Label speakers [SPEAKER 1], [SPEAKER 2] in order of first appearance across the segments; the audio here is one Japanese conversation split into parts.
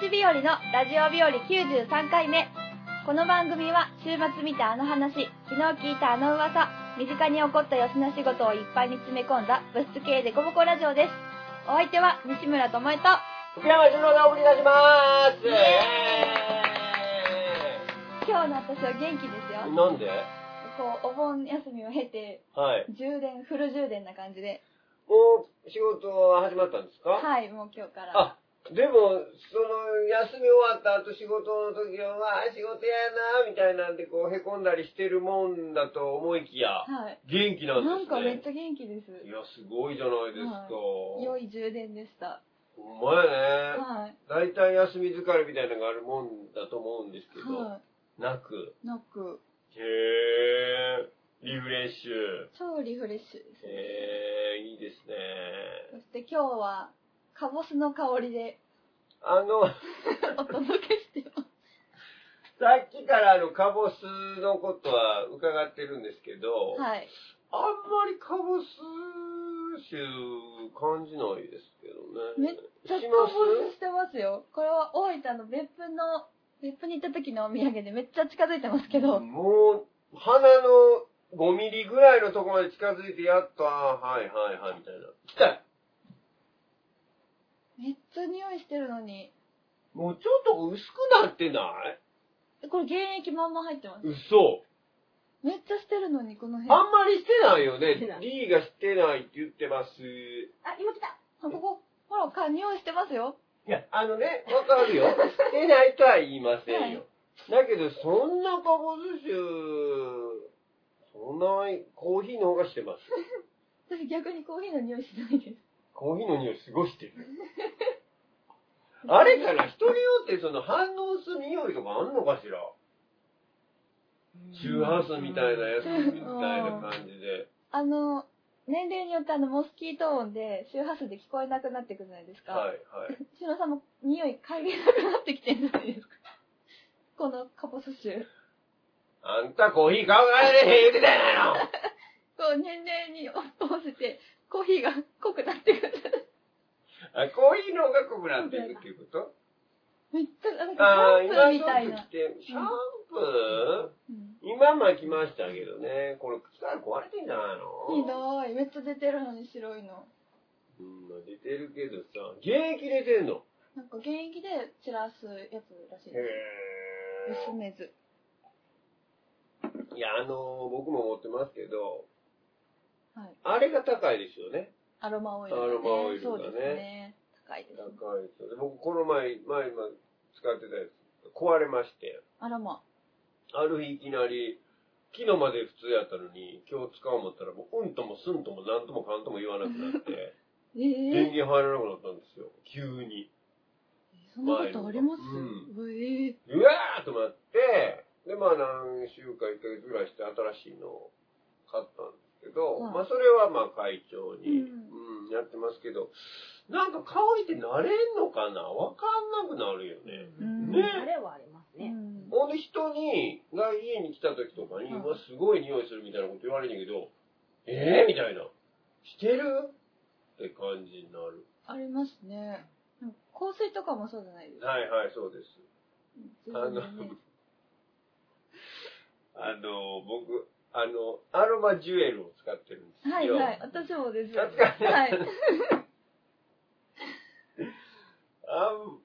[SPEAKER 1] ち日和のラジオ日和93回目。この番組は週末見たあの話、昨日聞いたあの噂、身近に起こった吉野仕事をいっぱいに詰め込んだ物質系デコボコラジオです。お相手は西村智恵と、
[SPEAKER 2] 福山修郎がお送りいたします
[SPEAKER 1] イエ今日の私は元気ですよ。
[SPEAKER 2] なんで
[SPEAKER 1] こう、お盆休みを経て、
[SPEAKER 2] はい。
[SPEAKER 1] 充電、フル充電な感じで。
[SPEAKER 2] もう仕事は始まったんですか
[SPEAKER 1] は
[SPEAKER 2] い。
[SPEAKER 1] い、もう今日から。
[SPEAKER 2] あ、でも、その、休み終わった後仕事の時は、うわあ、仕事やなみたいなんで、こう、へこんだりしてるもんだと思いきや、
[SPEAKER 1] はい。
[SPEAKER 2] 元気なんですね。
[SPEAKER 1] なんかめっちゃ元気です。
[SPEAKER 2] いや、すごいじゃないですか。
[SPEAKER 1] 良い充電でした。
[SPEAKER 2] ほんまやね。
[SPEAKER 1] はい。
[SPEAKER 2] 大体休み疲れみたいなのがあるもんだと思うんですけど、
[SPEAKER 1] は
[SPEAKER 2] なく。
[SPEAKER 1] い。なく、
[SPEAKER 2] へえ、リフレッシュ。
[SPEAKER 1] 超リフレッシュです。
[SPEAKER 2] えー、いいですね。
[SPEAKER 1] そして今日は、カボスの香り で
[SPEAKER 2] あの、
[SPEAKER 1] お届けしてます。
[SPEAKER 2] さっきからあの、カボスのことは伺ってるんですけど、
[SPEAKER 1] はい。
[SPEAKER 2] あんまりカボス臭感じないですけど
[SPEAKER 1] め
[SPEAKER 2] ね
[SPEAKER 1] っ。ちゃカボスしてますよ。これは大分の別府の、別府に行った時のお土産でめっちゃ近づいてますけど、
[SPEAKER 2] もう、鼻の5ミリぐらいのところまで近づいて、やっと、あーはいはいはい、みたいな。来た
[SPEAKER 1] めっちゃ匂いしてるのに、
[SPEAKER 2] もうちょっと薄くなってない
[SPEAKER 1] これ原液まんま入ってます。
[SPEAKER 2] 嘘。
[SPEAKER 1] めっちゃしてるのに、この辺。
[SPEAKER 2] あんまりしてないよね
[SPEAKER 3] してな。い
[SPEAKER 2] D がしてないって言ってます。
[SPEAKER 3] あ、今来た。
[SPEAKER 1] あここ、ほら、か匂いしてますよ。
[SPEAKER 2] いや、あのね、わかるよ。してないとは言いませんよ。だけど、そんなカボス臭、そんな、コーヒーの方がしてます。
[SPEAKER 1] 私逆にコーヒーの匂いしないです。
[SPEAKER 2] コーヒーの匂いすごいしてる。あれかな人によってその反応する匂いとかあんのかしら周波数みたいなやつみたいな感じで。
[SPEAKER 1] あの、年齢によってあの、モスキート音で周波数で聞こえなくなってくるじゃないですか。
[SPEAKER 2] はいはい。
[SPEAKER 1] シロさんも匂い嗅げなくなってきてるんじゃないですか。このカボス臭。
[SPEAKER 2] あんたコーヒー買うからね言うてたやないの
[SPEAKER 1] こう、年齢に応じて、コーヒーが濃くなってくる。
[SPEAKER 2] あコーヒーの方が濃くなってるっていうこと
[SPEAKER 1] めっちゃ、なん
[SPEAKER 2] あ
[SPEAKER 1] か
[SPEAKER 2] あ、
[SPEAKER 1] シャンプーみ
[SPEAKER 2] 今シ
[SPEAKER 1] た
[SPEAKER 2] ャ
[SPEAKER 1] い
[SPEAKER 2] ン
[SPEAKER 1] な
[SPEAKER 2] プー来。て、シャンプ
[SPEAKER 1] うん
[SPEAKER 2] ー今巻きましたけどね、これ口から壊れてんじゃないの
[SPEAKER 1] ひどい。めっちゃ出てるのに白いの。
[SPEAKER 2] うん、まあ出てるけどさ、原液出てんの
[SPEAKER 1] なんか原液で散らすやつらしい
[SPEAKER 2] へ
[SPEAKER 1] です。
[SPEAKER 2] ー
[SPEAKER 1] 薄めず。
[SPEAKER 2] いや、あのー僕も持ってますけど、
[SPEAKER 1] はい
[SPEAKER 2] あれが高いですよね。
[SPEAKER 1] アロマオイル、
[SPEAKER 2] アロマオイルが
[SPEAKER 1] そ
[SPEAKER 2] ね
[SPEAKER 1] うですね。高いですね。
[SPEAKER 2] 高いですよね。僕、この前、前今使ってたやつ、壊れまして、
[SPEAKER 1] アロマ。
[SPEAKER 2] ある日いきなり、昨日まで普通やったのに、今日使おう思ったら、もう、うんともすんともなんともかんとも言わなくなって、
[SPEAKER 1] ええー。
[SPEAKER 2] 電源入らなくなったんですよ。急に。
[SPEAKER 1] そんなことあります、
[SPEAKER 2] う
[SPEAKER 1] ええ
[SPEAKER 2] うわーと思って、で、まあ何週か1ヶ月ぐらいして新しいのを買ったんですけど、
[SPEAKER 1] はい
[SPEAKER 2] まあそれはまあ会長に、
[SPEAKER 1] う
[SPEAKER 2] うんやってますけど、なんか香りって慣れんのかなわかんなくなるよね。
[SPEAKER 1] うん
[SPEAKER 3] ね。あれはあります
[SPEAKER 1] う
[SPEAKER 3] ね。
[SPEAKER 1] ん
[SPEAKER 2] ほんで人に、が家に来た時とかに、
[SPEAKER 1] はいう
[SPEAKER 2] わ、すごい匂いするみたいなこと言われるんだけど、えーみたいな。してるって感じになる。
[SPEAKER 1] ありますね。なんか香水とかもそうじゃないですか。
[SPEAKER 2] はいはい、そうです。
[SPEAKER 1] 自
[SPEAKER 2] あ
[SPEAKER 1] 分
[SPEAKER 2] の
[SPEAKER 1] でね、
[SPEAKER 2] あの、僕、あの、アロマジュエルを使ってるんですよ。
[SPEAKER 1] はいはい。私もです。
[SPEAKER 2] 懐かしい
[SPEAKER 1] はい。
[SPEAKER 2] あん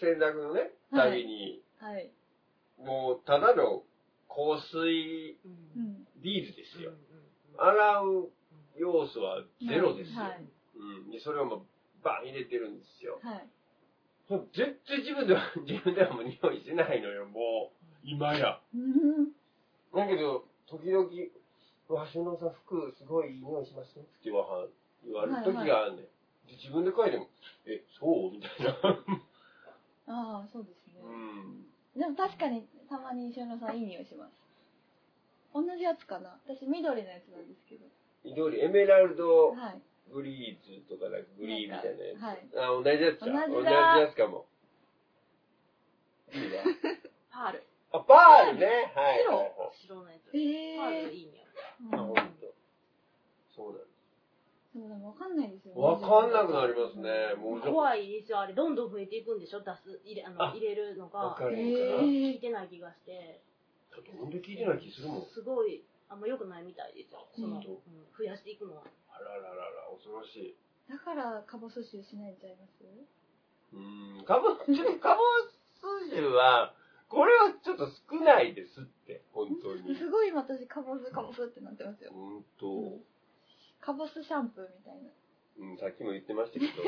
[SPEAKER 2] 洗濯のね、
[SPEAKER 1] は
[SPEAKER 2] た
[SPEAKER 1] い
[SPEAKER 2] びに、
[SPEAKER 1] はい。
[SPEAKER 2] もう、ただの香水
[SPEAKER 3] う。
[SPEAKER 1] うんん。
[SPEAKER 2] ビールですよ。
[SPEAKER 3] う
[SPEAKER 2] 洗う要素はゼロですよ。
[SPEAKER 1] はい。
[SPEAKER 2] うん。でそれをもう、バン入れてるんですよ。
[SPEAKER 1] はい。
[SPEAKER 2] もう全然自分では、自分ではもう匂いしないのよ、もう。今や。
[SPEAKER 1] うん
[SPEAKER 2] だけど、時々、わしのさ、服、すごいいい匂いしますねって言わはん、言われる時があるねん。で自分で書いても、え、そうみたいな。
[SPEAKER 1] ああ、そうですね。
[SPEAKER 2] うん。
[SPEAKER 1] でも確かに、たまに石野さんいい匂いします。同じやつかな。私、緑のやつなんですけど。
[SPEAKER 2] 緑、エメラルド
[SPEAKER 1] はい。
[SPEAKER 2] グリーズとか、なんかグリーンみたいなやつ。
[SPEAKER 1] はい。
[SPEAKER 2] あ、同じやつか。
[SPEAKER 1] 同
[SPEAKER 2] 同
[SPEAKER 1] じ
[SPEAKER 2] じ
[SPEAKER 1] だ
[SPEAKER 2] やつかも。いいわ。
[SPEAKER 3] パール。
[SPEAKER 2] あ、パールね。はい。
[SPEAKER 1] 白
[SPEAKER 2] はいはい
[SPEAKER 3] 白のやつ。
[SPEAKER 1] え
[SPEAKER 3] パール
[SPEAKER 1] え
[SPEAKER 3] いい匂い。
[SPEAKER 2] あ、ほんと。そうなんです。
[SPEAKER 1] でもでもわかんないですよね。
[SPEAKER 2] わかんなくなりますね。もうじゃ
[SPEAKER 3] 怖いですよ、あれ。どんどん増えていくんでしょ出す、入れ、あの、
[SPEAKER 2] あ
[SPEAKER 3] 入れるの
[SPEAKER 2] わ
[SPEAKER 3] が
[SPEAKER 2] か。るんかな。
[SPEAKER 3] 聞
[SPEAKER 1] え
[SPEAKER 3] いてない気がして。
[SPEAKER 2] だってほんと聞いてない気するもん。あ
[SPEAKER 3] すごい、あんま良くないみたいですよ。その、
[SPEAKER 2] うん
[SPEAKER 3] うん増やしていくのは。
[SPEAKER 2] らららら、恐ろしい。
[SPEAKER 1] だからカボス臭しないんちゃいます
[SPEAKER 2] うーん、カボ、ちょっとカボス臭は、これはちょっと少ないですって、本当に。
[SPEAKER 1] すごい今私カボスカボスってなってますよ。
[SPEAKER 2] 本当。
[SPEAKER 1] カボスシャンプーみたいな。
[SPEAKER 2] うん、さっきも言ってましたけど。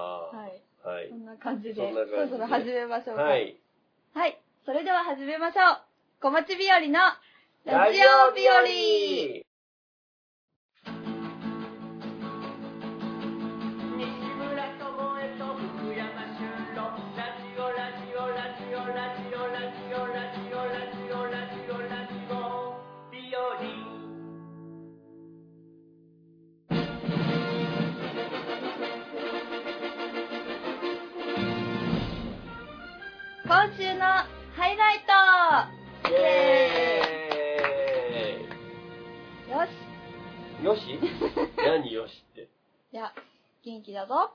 [SPEAKER 2] は
[SPEAKER 1] はい。
[SPEAKER 2] あ、はい
[SPEAKER 1] そ。んな感じで、
[SPEAKER 2] そんな感じで
[SPEAKER 1] そろそろ始めましょうか。
[SPEAKER 2] は。い。
[SPEAKER 1] はい。それでは始めましょう。小町日和のラジオ日和
[SPEAKER 4] 西村智恵と福山修郎ラジオラジオラジオラジオラジオラジオラジオラジオラジオ日和
[SPEAKER 1] 今週のハイライ
[SPEAKER 2] イエ
[SPEAKER 1] トよし。
[SPEAKER 2] ーイよし何よしって。
[SPEAKER 1] いや、元気だぞ。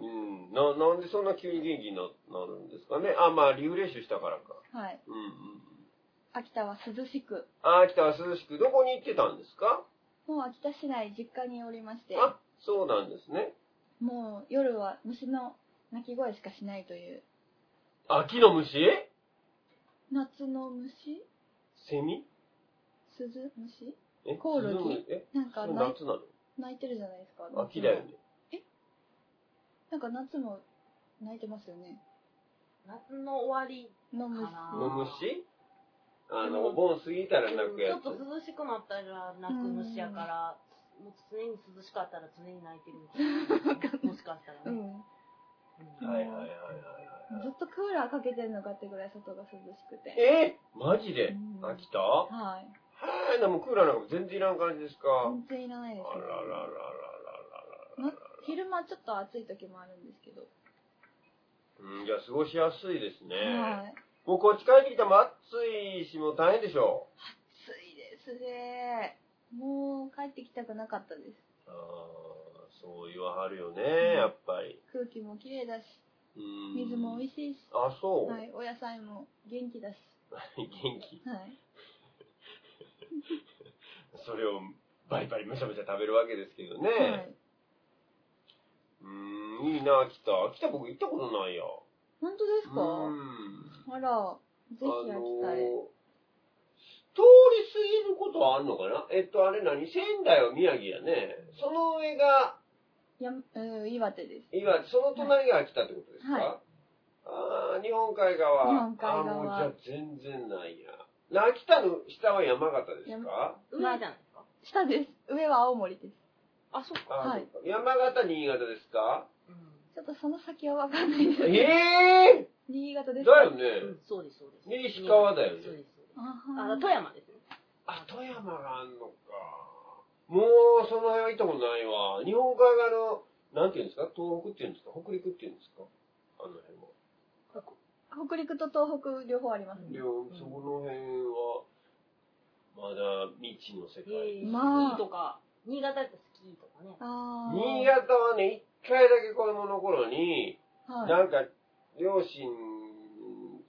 [SPEAKER 2] うん。な、なんでそんな急に元気にななるんですかね。あ、まあ、リフレッシュしたからか。
[SPEAKER 1] はい。
[SPEAKER 2] うんうんうん。
[SPEAKER 1] 秋田は涼しく。
[SPEAKER 2] あー、秋田は涼しく、どこに行ってたんですか
[SPEAKER 1] もう秋田市内実家におりまして、
[SPEAKER 2] あ、そうなんですね。
[SPEAKER 1] もう夜は虫の鳴き声しかしないという。
[SPEAKER 2] 秋の虫
[SPEAKER 1] 夏の虫
[SPEAKER 2] セミ
[SPEAKER 1] 鈴虫
[SPEAKER 2] え
[SPEAKER 1] コオロギ
[SPEAKER 2] スズメえ
[SPEAKER 1] なんか
[SPEAKER 2] もう
[SPEAKER 1] 鳴い
[SPEAKER 2] 夏な
[SPEAKER 1] 鳴いてるじゃないですか。
[SPEAKER 2] の秋だよね。
[SPEAKER 1] なんか夏も鳴いてますよね。
[SPEAKER 3] 夏の終わり、
[SPEAKER 1] の虫。
[SPEAKER 3] か
[SPEAKER 2] の
[SPEAKER 3] な
[SPEAKER 2] 虫あ
[SPEAKER 3] で
[SPEAKER 2] の、
[SPEAKER 3] も
[SPEAKER 2] お盆過ぎたら
[SPEAKER 3] ち
[SPEAKER 2] 鳴く
[SPEAKER 3] ょ
[SPEAKER 2] や
[SPEAKER 3] っ
[SPEAKER 2] つ
[SPEAKER 3] と。涼しくなったら泣く虫やから、もう常に涼しかったら常に泣いてるみた いな。もしかしたら
[SPEAKER 1] う
[SPEAKER 3] ね。
[SPEAKER 1] ん。
[SPEAKER 3] うん
[SPEAKER 2] はいはいはいはい
[SPEAKER 1] ずっとクーラーかけてんのかってぐらい外が涼しくて。
[SPEAKER 2] はい。えマジで
[SPEAKER 1] うん
[SPEAKER 2] 秋田は
[SPEAKER 1] はい。
[SPEAKER 2] い、でもクーラーなんか全然いらん感じですか。
[SPEAKER 1] 全然いらないです
[SPEAKER 2] あら
[SPEAKER 1] ね
[SPEAKER 2] らららららららら。
[SPEAKER 1] 昼間ちょっと暑い時もあるんですけど。
[SPEAKER 2] うん、いや、過ごしやすいです
[SPEAKER 1] は
[SPEAKER 2] ね。
[SPEAKER 1] い。
[SPEAKER 2] もうこっち帰ってきたらも暑いし、もう大変でしょ
[SPEAKER 1] 暑いですね。もう帰ってきたくなかったです。
[SPEAKER 2] う。ああ、そう言わはるよね、やっぱり。
[SPEAKER 1] 空気も綺麗だし、
[SPEAKER 2] うん。
[SPEAKER 1] 水も美
[SPEAKER 2] い
[SPEAKER 1] 味しいし、
[SPEAKER 2] あ、そう。
[SPEAKER 1] はい、お野菜も元気だし、
[SPEAKER 2] 元気。
[SPEAKER 1] はい。
[SPEAKER 2] それをバリバリむしゃむしゃ食べるわけですけどね。
[SPEAKER 1] はい。
[SPEAKER 2] うん、いいな、秋田。秋田僕行ったことないや。
[SPEAKER 1] 本当です
[SPEAKER 2] う
[SPEAKER 1] かあ
[SPEAKER 2] ん。
[SPEAKER 1] ら、ぜひ
[SPEAKER 2] あの
[SPEAKER 1] 秋田へ。
[SPEAKER 2] 通り過ぎることはあんのかなえっと、あれ何仙台は宮城やね。その上が、
[SPEAKER 1] やん、うん、岩手です。
[SPEAKER 2] 今、その隣が秋田ってことです
[SPEAKER 1] は
[SPEAKER 2] か、ああ、日本海側。
[SPEAKER 1] 日本海側
[SPEAKER 2] あもうじゃあ全然ないや。な秋田の下は山形ですか
[SPEAKER 3] 上じゃないですか
[SPEAKER 1] 下です。上は青森です。
[SPEAKER 3] あ、そっか。
[SPEAKER 2] あ
[SPEAKER 1] はい
[SPEAKER 2] ーそうか山形、新潟で すか
[SPEAKER 3] うん
[SPEAKER 1] ちょっとその先はわかんないです。
[SPEAKER 2] ええ
[SPEAKER 1] 新潟です。
[SPEAKER 2] だよ
[SPEAKER 3] う
[SPEAKER 2] ね。
[SPEAKER 3] んそうです、そうです。
[SPEAKER 2] 西川だよね
[SPEAKER 3] そうです、そうです。
[SPEAKER 1] あ
[SPEAKER 3] あ
[SPEAKER 1] は、
[SPEAKER 3] 富山ですね。
[SPEAKER 2] あ、富山があんのか。もう、その辺は行ったことないわ。日本海側の、なんていうんですか東北っていうんですか北陸っていうんですかあの辺は。
[SPEAKER 1] 北陸と東北両方ありますね。
[SPEAKER 2] でも、そこの辺は、まだ未知の世界。
[SPEAKER 3] えー
[SPEAKER 1] まあ
[SPEAKER 3] スキーとか、新潟やったらスキーとかね。
[SPEAKER 1] あー
[SPEAKER 2] 新潟はね、一回だけ子供の頃に、
[SPEAKER 1] はい。
[SPEAKER 2] なんか、両親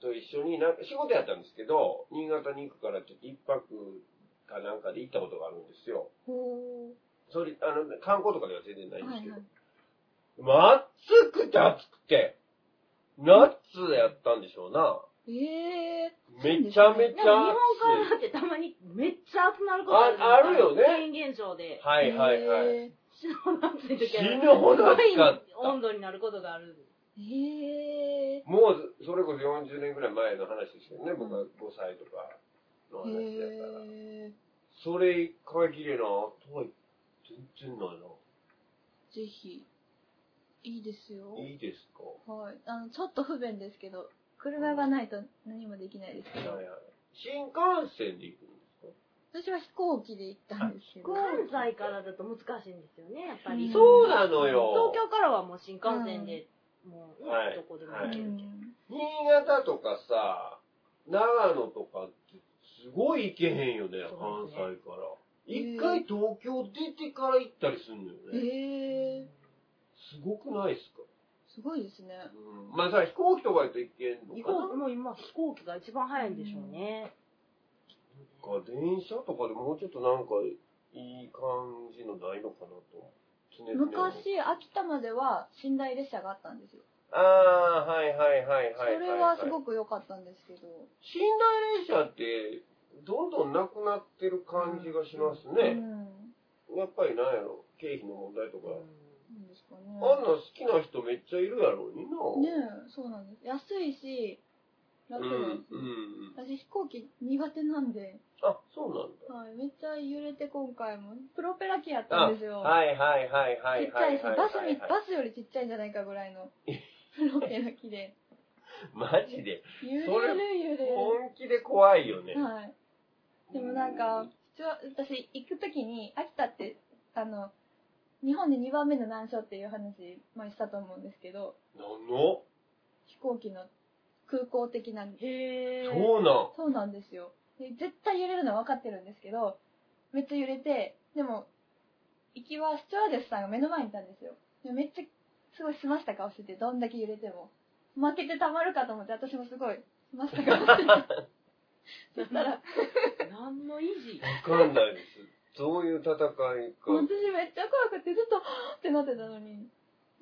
[SPEAKER 2] と一緒に、なんか仕事やったんですけど、新潟に行くからって言って一泊かなんかで行ったことがあるんですよ。
[SPEAKER 1] ほ
[SPEAKER 2] それ、あの、観光とかでは全然な
[SPEAKER 1] ー
[SPEAKER 2] いんです
[SPEAKER 1] はい
[SPEAKER 2] けど
[SPEAKER 1] はい。。
[SPEAKER 2] 暑くて暑くて、夏やったんでしょうな。
[SPEAKER 1] ええ
[SPEAKER 2] めちゃめ
[SPEAKER 3] でも
[SPEAKER 2] ち
[SPEAKER 3] 日
[SPEAKER 2] ゃ
[SPEAKER 3] 本
[SPEAKER 2] 暑
[SPEAKER 3] からってたまにめっちゃ暑なること
[SPEAKER 2] ああるよね
[SPEAKER 3] 人間現象
[SPEAKER 2] い。。
[SPEAKER 3] で
[SPEAKER 2] はいはいはい。
[SPEAKER 1] い。
[SPEAKER 3] 死ぬほど暑い時ある
[SPEAKER 2] 死ぬほど暑かっ
[SPEAKER 3] すごい温度になることがある。
[SPEAKER 1] ええ
[SPEAKER 2] もう、それこそ40年ぐらい前の話ですけどね、僕は5歳とかの
[SPEAKER 1] え
[SPEAKER 2] 話だったら。
[SPEAKER 1] え
[SPEAKER 2] それ一回きれいな、とはい全然ない
[SPEAKER 1] ぜひ。いいですよ
[SPEAKER 2] な。。いいですか
[SPEAKER 1] はい。あの、ちょっと不便ですけど、車がないと何もできないですけ
[SPEAKER 2] は
[SPEAKER 1] ど
[SPEAKER 2] い。はい。新幹線で行くんです
[SPEAKER 1] 私は飛行機で行ったんですけど。
[SPEAKER 3] 関西からだと難しいんですよね、やっぱり。
[SPEAKER 1] うん
[SPEAKER 2] かそうなのよ
[SPEAKER 3] 東。京からはもう新幹線で、もうね、
[SPEAKER 2] はい
[SPEAKER 3] どこでも
[SPEAKER 2] は
[SPEAKER 3] 行
[SPEAKER 2] い
[SPEAKER 3] け
[SPEAKER 1] う
[SPEAKER 3] るけど。
[SPEAKER 1] ん。
[SPEAKER 2] 新潟とかさ、長野とかってすごい行けへんよね、
[SPEAKER 3] そう
[SPEAKER 2] 関
[SPEAKER 3] です
[SPEAKER 2] 西
[SPEAKER 3] ね
[SPEAKER 2] から。
[SPEAKER 1] へー
[SPEAKER 2] 一回で東京出てから行ったりするのよ
[SPEAKER 1] へ
[SPEAKER 2] ね。
[SPEAKER 1] え
[SPEAKER 2] すごくないですか
[SPEAKER 1] すごいですね。
[SPEAKER 2] うん。まあさ、飛行機とかやと行けんの
[SPEAKER 3] 飛
[SPEAKER 2] か
[SPEAKER 3] 行機も今飛行機が一番早いんでしょうね。
[SPEAKER 2] ななんか電車とかでもうちょっとなんかいい感じのないのかなと。常々
[SPEAKER 1] 昔、秋田までは寝台列車があったんですよ。
[SPEAKER 2] ああ、はいはいはい
[SPEAKER 1] そ
[SPEAKER 2] はいはい、
[SPEAKER 1] れはす
[SPEAKER 2] く。
[SPEAKER 1] ごく良かったんですけど。
[SPEAKER 2] 寝台列車って、どんどんなくなってる感じがします
[SPEAKER 1] う
[SPEAKER 2] ね。
[SPEAKER 1] ん。
[SPEAKER 2] やっぱりなんやろ、経費の問題とか。
[SPEAKER 1] なんですか
[SPEAKER 2] あ
[SPEAKER 1] ね。
[SPEAKER 2] んな好きな人めっちゃいるやろうに
[SPEAKER 1] ね
[SPEAKER 2] な。
[SPEAKER 1] え、そうなんです。安いし、
[SPEAKER 2] う
[SPEAKER 1] 楽
[SPEAKER 2] ん、
[SPEAKER 1] で
[SPEAKER 2] う
[SPEAKER 1] す。私
[SPEAKER 2] ん。
[SPEAKER 1] 飛行機苦手なんで、
[SPEAKER 2] あ、そうなんだ。
[SPEAKER 1] はい、めっちゃ揺れて今回も、プロペラ機やったんですよ。
[SPEAKER 2] はいはいはいは
[SPEAKER 1] ち
[SPEAKER 2] い
[SPEAKER 1] っちゃ
[SPEAKER 2] はいい
[SPEAKER 1] し、
[SPEAKER 2] はいはいはい。
[SPEAKER 1] バスみバスよりちっちゃいんじゃないかぐらい のプロペラ機で。
[SPEAKER 2] マジで
[SPEAKER 1] 揺れる
[SPEAKER 2] それ
[SPEAKER 1] 揺れる。
[SPEAKER 2] 本気で怖いよね。
[SPEAKER 1] はい。でもなんか、普通は私行くときに、秋田って、あの、日本で2番目の難所っていう話、前したと思うんですけど、
[SPEAKER 2] なんの
[SPEAKER 1] 飛行機の空港的な
[SPEAKER 3] へえ。
[SPEAKER 2] そうなん。
[SPEAKER 1] そうなんですよ。で絶対揺れるのは分かってるんですけど、めっちゃ揺れて、でも、行きはスチュワーデスさんが目の前にいたんですよ。でめっちゃ、すごい澄ました顔してて、どんだけ揺れても。負けてたまるかと思って、私もすごい、澄ました顔して て。そしたら、
[SPEAKER 3] 何の維持
[SPEAKER 2] わかんないです。どういう戦いか。
[SPEAKER 1] 私めっちゃ怖くて、ずっと、はぁってなってたのに、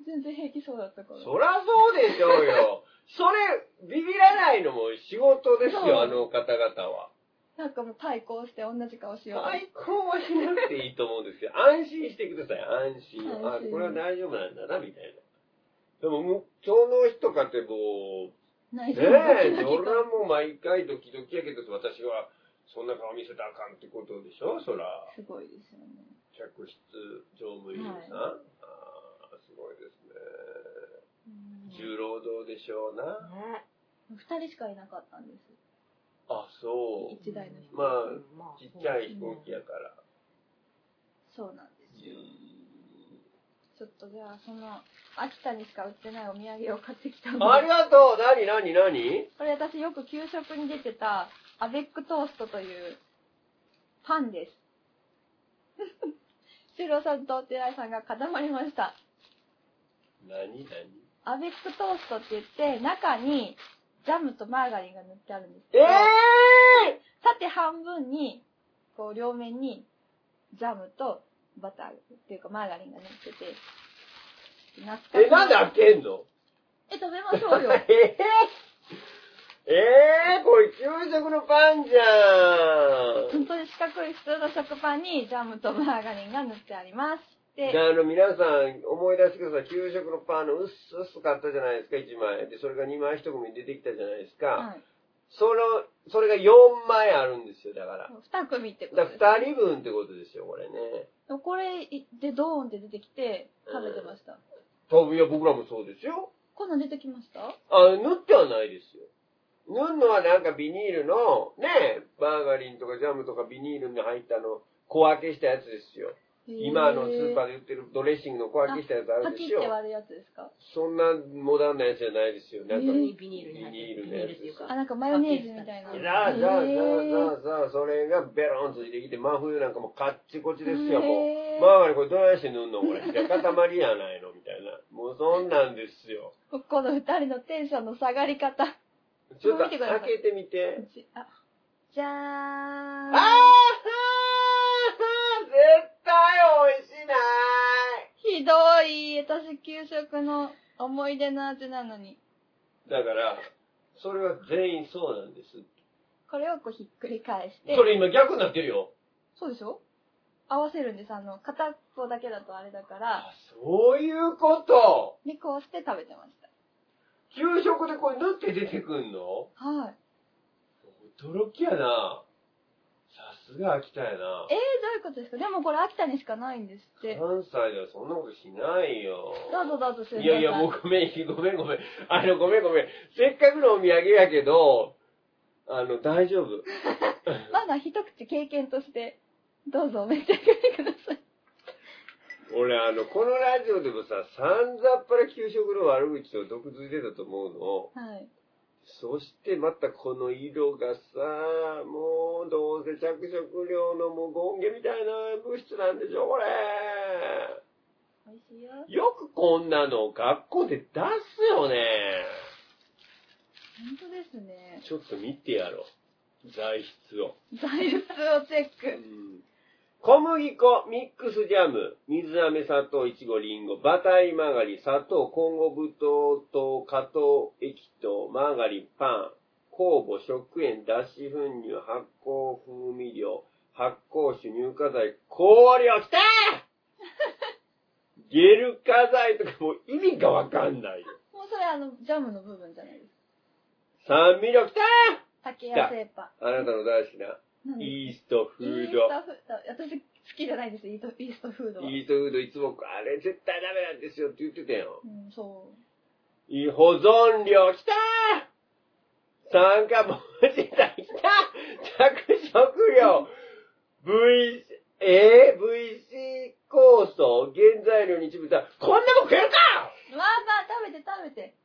[SPEAKER 1] 全然平気そうだったから。
[SPEAKER 2] そりゃそうでしょうよ。それ、ビビらないのも仕事です
[SPEAKER 1] そう
[SPEAKER 2] よ、あの方々は。
[SPEAKER 1] なんかもう対抗して同じ顔しようと思って
[SPEAKER 2] 最高はしなくていいと思うんですけど、安心してください、安心。あ
[SPEAKER 1] 安、心
[SPEAKER 2] これは大丈夫なんだな、みたいな。でも、もうその日とかってもう、
[SPEAKER 1] 内
[SPEAKER 2] ね
[SPEAKER 1] 心の
[SPEAKER 2] え、
[SPEAKER 1] ドキドキ
[SPEAKER 2] 俺
[SPEAKER 1] が
[SPEAKER 2] はもう毎回ドキドキやけど、私はそんな顔見せたらあかんってことでしょ、そら。
[SPEAKER 1] すごいですよね。
[SPEAKER 2] 客室乗務員さん。ああ、すごいですね。
[SPEAKER 1] うん
[SPEAKER 2] 重労働でしょうな。
[SPEAKER 3] ね。
[SPEAKER 1] 二人しかいなかったんです。
[SPEAKER 2] あ、そう。
[SPEAKER 1] 一台の飛行機
[SPEAKER 2] まあ
[SPEAKER 3] ま
[SPEAKER 2] ちっちゃい飛行機やから。
[SPEAKER 1] そうなんですよ。ちょっとじゃあ、その、秋田にしか売ってないお土産を買ってきたの
[SPEAKER 2] あり
[SPEAKER 1] で、
[SPEAKER 2] がとう何何何
[SPEAKER 1] これ私よく給食に出てた、アベックトーストというパンです。 修郎さんと寺井さんが固まりました。
[SPEAKER 2] 何何
[SPEAKER 1] アベックトーストって言って、中にジャムとマーガリンが塗ってあるんですけ
[SPEAKER 2] え
[SPEAKER 1] ど、
[SPEAKER 2] え
[SPEAKER 1] 縦半分に、こう両面にジャムとバターっていうかマーガリンが塗ってて、懐かしい
[SPEAKER 2] え、なんで開けんの
[SPEAKER 1] え、食べましょうよ。
[SPEAKER 2] ええええこれ給食のパンじゃ
[SPEAKER 1] 本
[SPEAKER 2] ん
[SPEAKER 1] 当に四角い普通の食パンにジャムとマーガリンが塗ってあります。で、
[SPEAKER 2] あの皆さん思い出してください給食のパンのうっすうっす買ったじゃないですか1枚でそれが2枚1組出てきたじゃないですか、
[SPEAKER 1] はい、
[SPEAKER 2] そのそれが4枚あるんですよだから
[SPEAKER 1] 2組ってこと
[SPEAKER 2] だ
[SPEAKER 1] です。
[SPEAKER 2] から2人分ってことですよこれね
[SPEAKER 1] でもこれでドーンって出てきて食べてました。
[SPEAKER 2] 多分いや僕らもそうですよ
[SPEAKER 1] こんなん出てきました
[SPEAKER 2] あ、縫ってはないですよ。縫うのはなんかビニールの、ね、バーガリンとかジャムとかビニールに入ったの、小分けしたやつですよ。今あのスーパー
[SPEAKER 1] で。
[SPEAKER 2] で売ってるドレッシングの小分けしたやつあ
[SPEAKER 1] パ
[SPEAKER 2] るで
[SPEAKER 1] キっ
[SPEAKER 2] してょ。
[SPEAKER 1] 割るやつですか
[SPEAKER 2] そんなモダンなやつじゃないですよ。なん
[SPEAKER 1] へ
[SPEAKER 2] か、
[SPEAKER 1] ー
[SPEAKER 3] ビニールに入
[SPEAKER 2] ビ
[SPEAKER 3] ってる
[SPEAKER 2] ニール
[SPEAKER 3] ビ
[SPEAKER 2] の
[SPEAKER 3] ニ
[SPEAKER 2] や
[SPEAKER 3] ー
[SPEAKER 2] つ
[SPEAKER 3] ルっていうか
[SPEAKER 1] あ、なんかマヨネーズみたいな。
[SPEAKER 2] ザーザー
[SPEAKER 1] へー
[SPEAKER 2] ザーザーザー、それがベロンついてきて、真冬なんかもうカッチコチですよ、も
[SPEAKER 1] へー
[SPEAKER 2] う。バーガリンこれどうやって縫うのこれ。じゃあ塊やないのみたいな。もうそんなんですよ。
[SPEAKER 1] この2人のテンションの下がり方。
[SPEAKER 2] ちょっと
[SPEAKER 1] 見てく
[SPEAKER 2] 開
[SPEAKER 1] ださい
[SPEAKER 2] けてみて。
[SPEAKER 1] じあじゃー
[SPEAKER 2] あー
[SPEAKER 1] ん。
[SPEAKER 2] 絶対美味しない
[SPEAKER 1] ひどい。私、給食の思い出の味なのに。
[SPEAKER 2] だから、それは全員そうなんです。
[SPEAKER 1] これをこうひっくり返して
[SPEAKER 2] そ。れ今逆になってるよ。
[SPEAKER 1] そうでしょ合わせるんです。あの、片っぽだけだとあれだから。
[SPEAKER 2] あ、そういうこと
[SPEAKER 1] で、こうして食べてました。
[SPEAKER 2] 給食でこれ縫って出てくんの
[SPEAKER 1] はい。
[SPEAKER 2] 驚きやな。さすが秋田やな
[SPEAKER 1] えー、ど。ういうことですかでもこれ秋田にしかないんですって。
[SPEAKER 2] 関西ではそんなことしないよ。
[SPEAKER 1] どうぞどうぞ、す
[SPEAKER 2] いやいや、もうごめん、 ごめん、ごめん。あの、ごめん、ごめん。せっかくのお土産やけど、あの、大丈夫。
[SPEAKER 1] まだ一口経験として、どうぞお召し上がりください。
[SPEAKER 2] 俺あのこのラジオでもささんざっぱら給食の悪口を毒づいてたと思うの
[SPEAKER 1] はい。
[SPEAKER 2] そしてまたこの色がさ、もうどうせ着色料のもうゴンゲみたいな物質なんでしょ、これ。
[SPEAKER 1] 美味しいよ。
[SPEAKER 2] よくこんなの学校で出すよね。
[SPEAKER 1] 本当ですね。
[SPEAKER 2] ちょっと見てやろう。材質を。
[SPEAKER 1] 材質をチェック。
[SPEAKER 2] 小麦粉、ミックスジャム、水飴、砂糖、いちご、りんご、バターいまがり、砂糖、混合ぶ糖と加糖液とマーガリン、パン、酵母、食塩、脱脂粉乳、発酵風味料、発酵酒、乳化剤、香料、きたーゲル化剤とかもう意味がわかんないよ。
[SPEAKER 1] もうそれあの、ジャムの部分じゃないですか。
[SPEAKER 2] 酸味料、きた
[SPEAKER 1] 竹や製パ
[SPEAKER 2] ーあなたの大好きな、
[SPEAKER 1] ン。なんで
[SPEAKER 2] イーストフ
[SPEAKER 1] イー
[SPEAKER 2] ー
[SPEAKER 1] ス
[SPEAKER 2] ド。
[SPEAKER 1] トフード。私好きじゃないです、イートイーストフードは。
[SPEAKER 2] イートフードいつも、あれ絶対ダメなんですよって言ってたよ。
[SPEAKER 1] うん、そう。
[SPEAKER 2] いい保存料きたー酸化防止剤きた着色料 !V、えー、?VC 酵素原材料に一部だ。こんなもん食えるか
[SPEAKER 1] まあまあ、食べて食べて。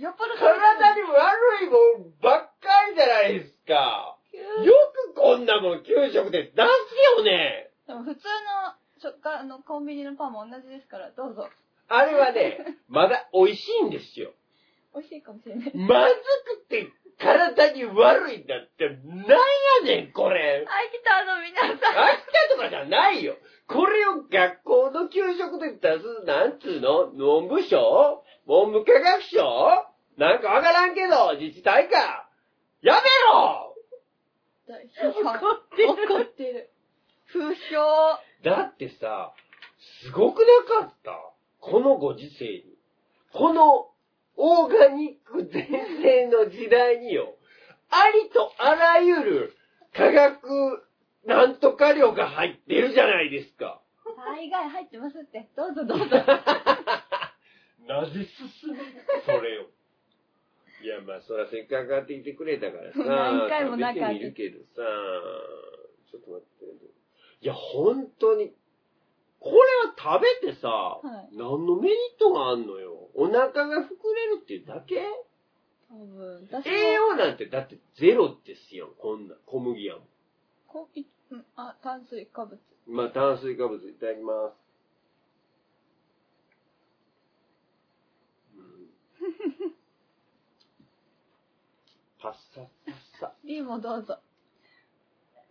[SPEAKER 1] よっぽど食べ
[SPEAKER 2] 体に悪いもんばっかりじゃないですか。
[SPEAKER 1] て
[SPEAKER 2] よくこんなもん給食で出すよね
[SPEAKER 1] でも普通の食感あのコンビニのパンも同じですから、どうぞ。
[SPEAKER 2] あれはね、まだ美味しいんですよ。
[SPEAKER 1] 美味しいかもしれない。
[SPEAKER 2] まずくて体に悪いんだって、なんやねん、これ。
[SPEAKER 1] あ、来た、あの皆さん。
[SPEAKER 2] 飽きたとかじゃないよ。これを学校の給食で出す、なんつうの文部省文部科学省なんかわからんけど、自治体か。やめろ
[SPEAKER 1] 怒ってる。怒ってる。不評。
[SPEAKER 2] だってさ、すごくなかったこのご時世に。このオーガニック全盛の時代によ、ありとあらゆる化学なんとか量が入ってるじゃないですか。
[SPEAKER 1] 大概入ってますって。どうぞどうぞ。
[SPEAKER 2] なぜ進めるそれを。いや、まあ、そらせっかく買ってきてくれたからさ、
[SPEAKER 1] 何回も
[SPEAKER 2] 食べて
[SPEAKER 1] 中
[SPEAKER 2] み
[SPEAKER 1] で
[SPEAKER 2] るけどさ、ちょっと待って。いや、本当に、これは食べてさ、
[SPEAKER 1] い
[SPEAKER 2] 何のメリットがあんのよ。お腹が膨れるっていうだけ
[SPEAKER 1] 多分、私も
[SPEAKER 2] 栄養なんてだってゼロですよ、こんな。小麦やもん。
[SPEAKER 1] こういうんあ、炭水化物。
[SPEAKER 2] まあ、炭水化物いただきます。うんパッサッパッサ。
[SPEAKER 1] B もどうぞ。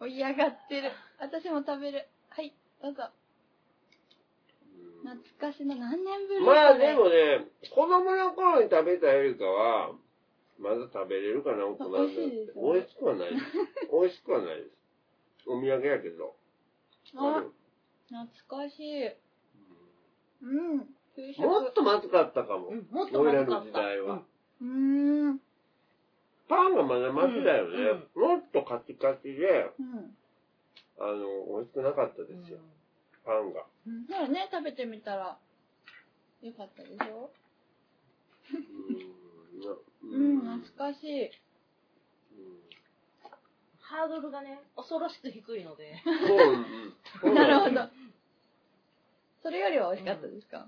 [SPEAKER 1] お嫌がってる。私も食べる。はい、どうぞ。
[SPEAKER 2] うん
[SPEAKER 1] 懐かしの何年ぶり
[SPEAKER 2] まあ
[SPEAKER 1] これ
[SPEAKER 2] でもね、子供の頃に食べたよりかは、まだ食べれるかな、大人になっ
[SPEAKER 1] 美
[SPEAKER 2] て
[SPEAKER 1] 味しいです。よね
[SPEAKER 2] 美味しく はないです。美味しくはないです。お土産やけど。
[SPEAKER 1] あ
[SPEAKER 2] あの、
[SPEAKER 1] 懐かしい。うん。給食。
[SPEAKER 2] もっとまずかったかも。
[SPEAKER 3] うんもっとま
[SPEAKER 2] 俺ら
[SPEAKER 3] ずか
[SPEAKER 2] の
[SPEAKER 3] っ
[SPEAKER 2] 時
[SPEAKER 3] た。
[SPEAKER 2] 代は。
[SPEAKER 1] うーん。
[SPEAKER 2] パンがまだまずだよね。もっとカチカチで、
[SPEAKER 1] うん。
[SPEAKER 2] あの、美味しくなかったですよ、パンが。
[SPEAKER 1] だからね、食べてみたら、よかったでしょ
[SPEAKER 2] う
[SPEAKER 1] うん、
[SPEAKER 2] な
[SPEAKER 1] 懐かしい。
[SPEAKER 3] ハードルがね、恐ろしく低いので。
[SPEAKER 2] うんそう、うん。
[SPEAKER 1] なるほど。それよりは美味しかったですか、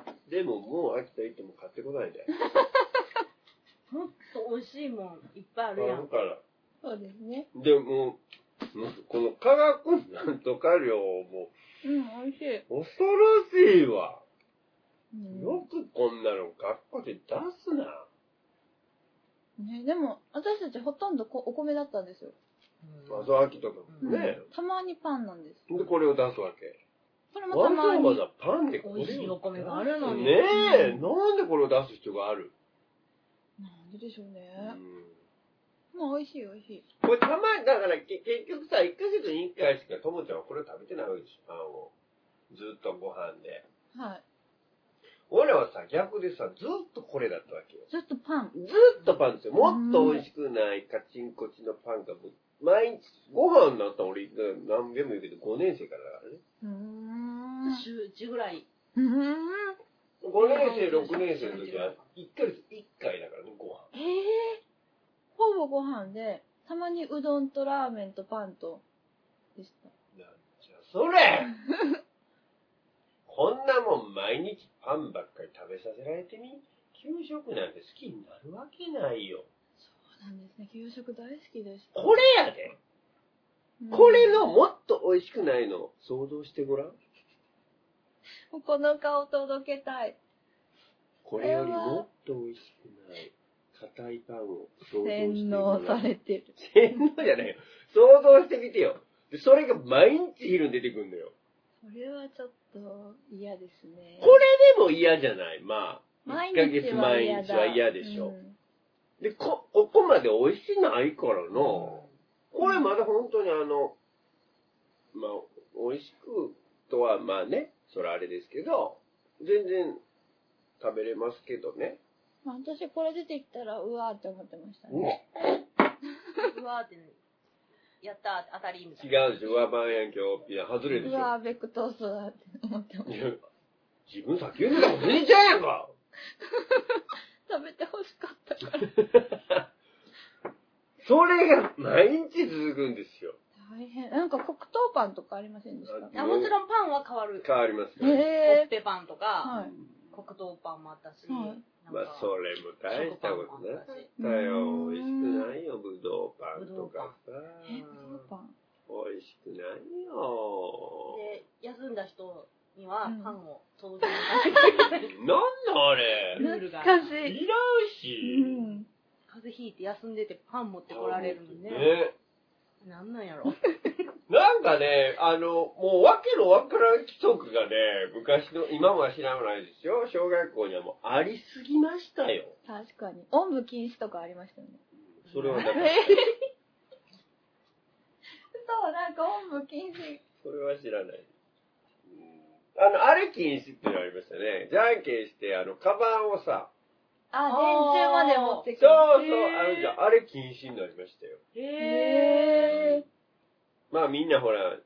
[SPEAKER 2] ど。うん、でも、もう飽きたいっても買ってこないで。
[SPEAKER 3] もっと美味しいもんいっぱいあ
[SPEAKER 2] あ
[SPEAKER 3] るやん
[SPEAKER 2] る。から。
[SPEAKER 1] そうですね。
[SPEAKER 2] でも、もうこの化学なんとか量も
[SPEAKER 1] うん、美味しい。
[SPEAKER 2] 恐ろしいわ。
[SPEAKER 1] うん
[SPEAKER 2] よくこんなの学校で出すな。
[SPEAKER 1] ね、でも、私たちほとんどこお米だったんですよ。
[SPEAKER 2] わざわきとかもね。
[SPEAKER 1] たまにパンなんです。
[SPEAKER 2] で、これを出すわけ。
[SPEAKER 1] これも
[SPEAKER 2] わ
[SPEAKER 1] たま
[SPEAKER 2] ざ
[SPEAKER 1] に。
[SPEAKER 2] わざパンでこれ
[SPEAKER 3] 美味しいお
[SPEAKER 2] を。
[SPEAKER 3] 米があるのに。
[SPEAKER 2] ねえ、なんでこれを出す必要がある
[SPEAKER 1] なんででしょうね。
[SPEAKER 2] うん
[SPEAKER 1] まあ、美味しい美味しい。
[SPEAKER 2] これたまに、だからけ結局さ、1ヶ月に1回しかともちゃんはこれを食べてないわけでしょ、パンを。ずっとご飯で。
[SPEAKER 1] はい。
[SPEAKER 2] 俺はさ、逆でさ、ずっとこれだったわけよ。
[SPEAKER 1] ずっとパン。
[SPEAKER 2] ずっとパンですよ。もっと美味しくないカチンコチンのパンが、毎日、ご飯になったら俺、何遍も言うけど、5年生からだからね。
[SPEAKER 1] うーん。う
[SPEAKER 3] 週1ぐらい。
[SPEAKER 1] ーん。
[SPEAKER 2] 5年生、6年生の時は、1ヶ月1回だからね、ご飯。
[SPEAKER 1] ええほぼご飯で、たまにうどんとラーメンとパンと、でした。
[SPEAKER 2] なんじゃそれ こんなもん毎日パンばっかり食べさせられてみ給食なんて好きになるわけないよ。
[SPEAKER 1] そうなんですね。給食大好きでした。
[SPEAKER 2] これやで
[SPEAKER 1] うん
[SPEAKER 2] これのもっと美味しくないの、想像してごらん。
[SPEAKER 1] この顔届けたい。
[SPEAKER 2] これよりもっと美味しくない、硬いパンを想像して
[SPEAKER 1] 洗
[SPEAKER 2] ごら
[SPEAKER 1] 脳
[SPEAKER 2] ん
[SPEAKER 1] されてる。
[SPEAKER 2] 洗脳じゃないよ。想像してみてよ。で、それが毎日昼に出てくるんだよ。
[SPEAKER 1] それはちょっと嫌ですね。
[SPEAKER 2] これでも嫌じゃないまあ。
[SPEAKER 1] 毎
[SPEAKER 2] 1ヶ
[SPEAKER 1] 日
[SPEAKER 2] 月
[SPEAKER 1] は
[SPEAKER 2] 毎
[SPEAKER 1] 嫌
[SPEAKER 2] 日
[SPEAKER 1] だ。
[SPEAKER 2] は嫌でしょ。
[SPEAKER 1] うん
[SPEAKER 2] で、こ、ここまで美味しないからな。これまだ本当にあの、まあ、美味しくとは、まあね、それあれですけど、全然食べれますけどね。
[SPEAKER 1] まあ私これ出てきたら、うわーって思ってましたね。
[SPEAKER 2] 違
[SPEAKER 3] うわーって、やったー、当たりみたいな。
[SPEAKER 2] うし、上番やん、今日、いや、外れで
[SPEAKER 1] う
[SPEAKER 2] しょ。
[SPEAKER 1] わー、ベクトーストだって思ってまし
[SPEAKER 2] いや自分先言うてたもん、兄ちゃんやんか
[SPEAKER 1] た。食べてほしかったから。
[SPEAKER 2] それが毎日続くんですよ。
[SPEAKER 1] 大変。なんか黒糖パンとかありませんでした
[SPEAKER 2] あ
[SPEAKER 3] あもちろんパンは変わる。
[SPEAKER 2] 変わりますから。
[SPEAKER 1] へ
[SPEAKER 3] コッ
[SPEAKER 1] え。
[SPEAKER 3] ペパンと
[SPEAKER 1] は
[SPEAKER 3] か、
[SPEAKER 1] い。
[SPEAKER 3] 黒糖パンもあったし、
[SPEAKER 1] はい
[SPEAKER 3] なん
[SPEAKER 2] まあ、それも大したことなかったよ。
[SPEAKER 1] うん
[SPEAKER 2] 美味しくないよ、ぶどうパンとかさ。
[SPEAKER 1] え、黒糖パン。
[SPEAKER 2] 美味しくないよ。
[SPEAKER 3] で、休んだ人には
[SPEAKER 1] うん
[SPEAKER 3] パンを届ける、
[SPEAKER 2] なんだあれ
[SPEAKER 3] ルールが。
[SPEAKER 1] 懐か
[SPEAKER 3] 風
[SPEAKER 2] いらん
[SPEAKER 1] しい。う
[SPEAKER 2] し。
[SPEAKER 1] ん。
[SPEAKER 3] 邪ひいて休んでてパン持ってこられるのね。
[SPEAKER 2] ね
[SPEAKER 3] なんなんや ろ。
[SPEAKER 2] なんかね、あの、もうわけのわからん規則がね、昔の、今は知らないですよ。小学校にはもうありすぎましたよ。
[SPEAKER 1] 確かに。おんぶ禁止とかありましたよね。
[SPEAKER 2] それはだから、
[SPEAKER 1] そう、なんかおんぶ禁止。
[SPEAKER 2] それは知らない。あの、あれ禁止っていうのありましたね。じゃんけんして、あの、カバンをさ、
[SPEAKER 1] あ、電柱まで持って
[SPEAKER 2] そう
[SPEAKER 1] く
[SPEAKER 2] そう、
[SPEAKER 3] へ
[SPEAKER 2] あ
[SPEAKER 3] ー
[SPEAKER 2] のじゃんあれ禁止になりましたよ。
[SPEAKER 1] へ
[SPEAKER 2] まあみんなほら、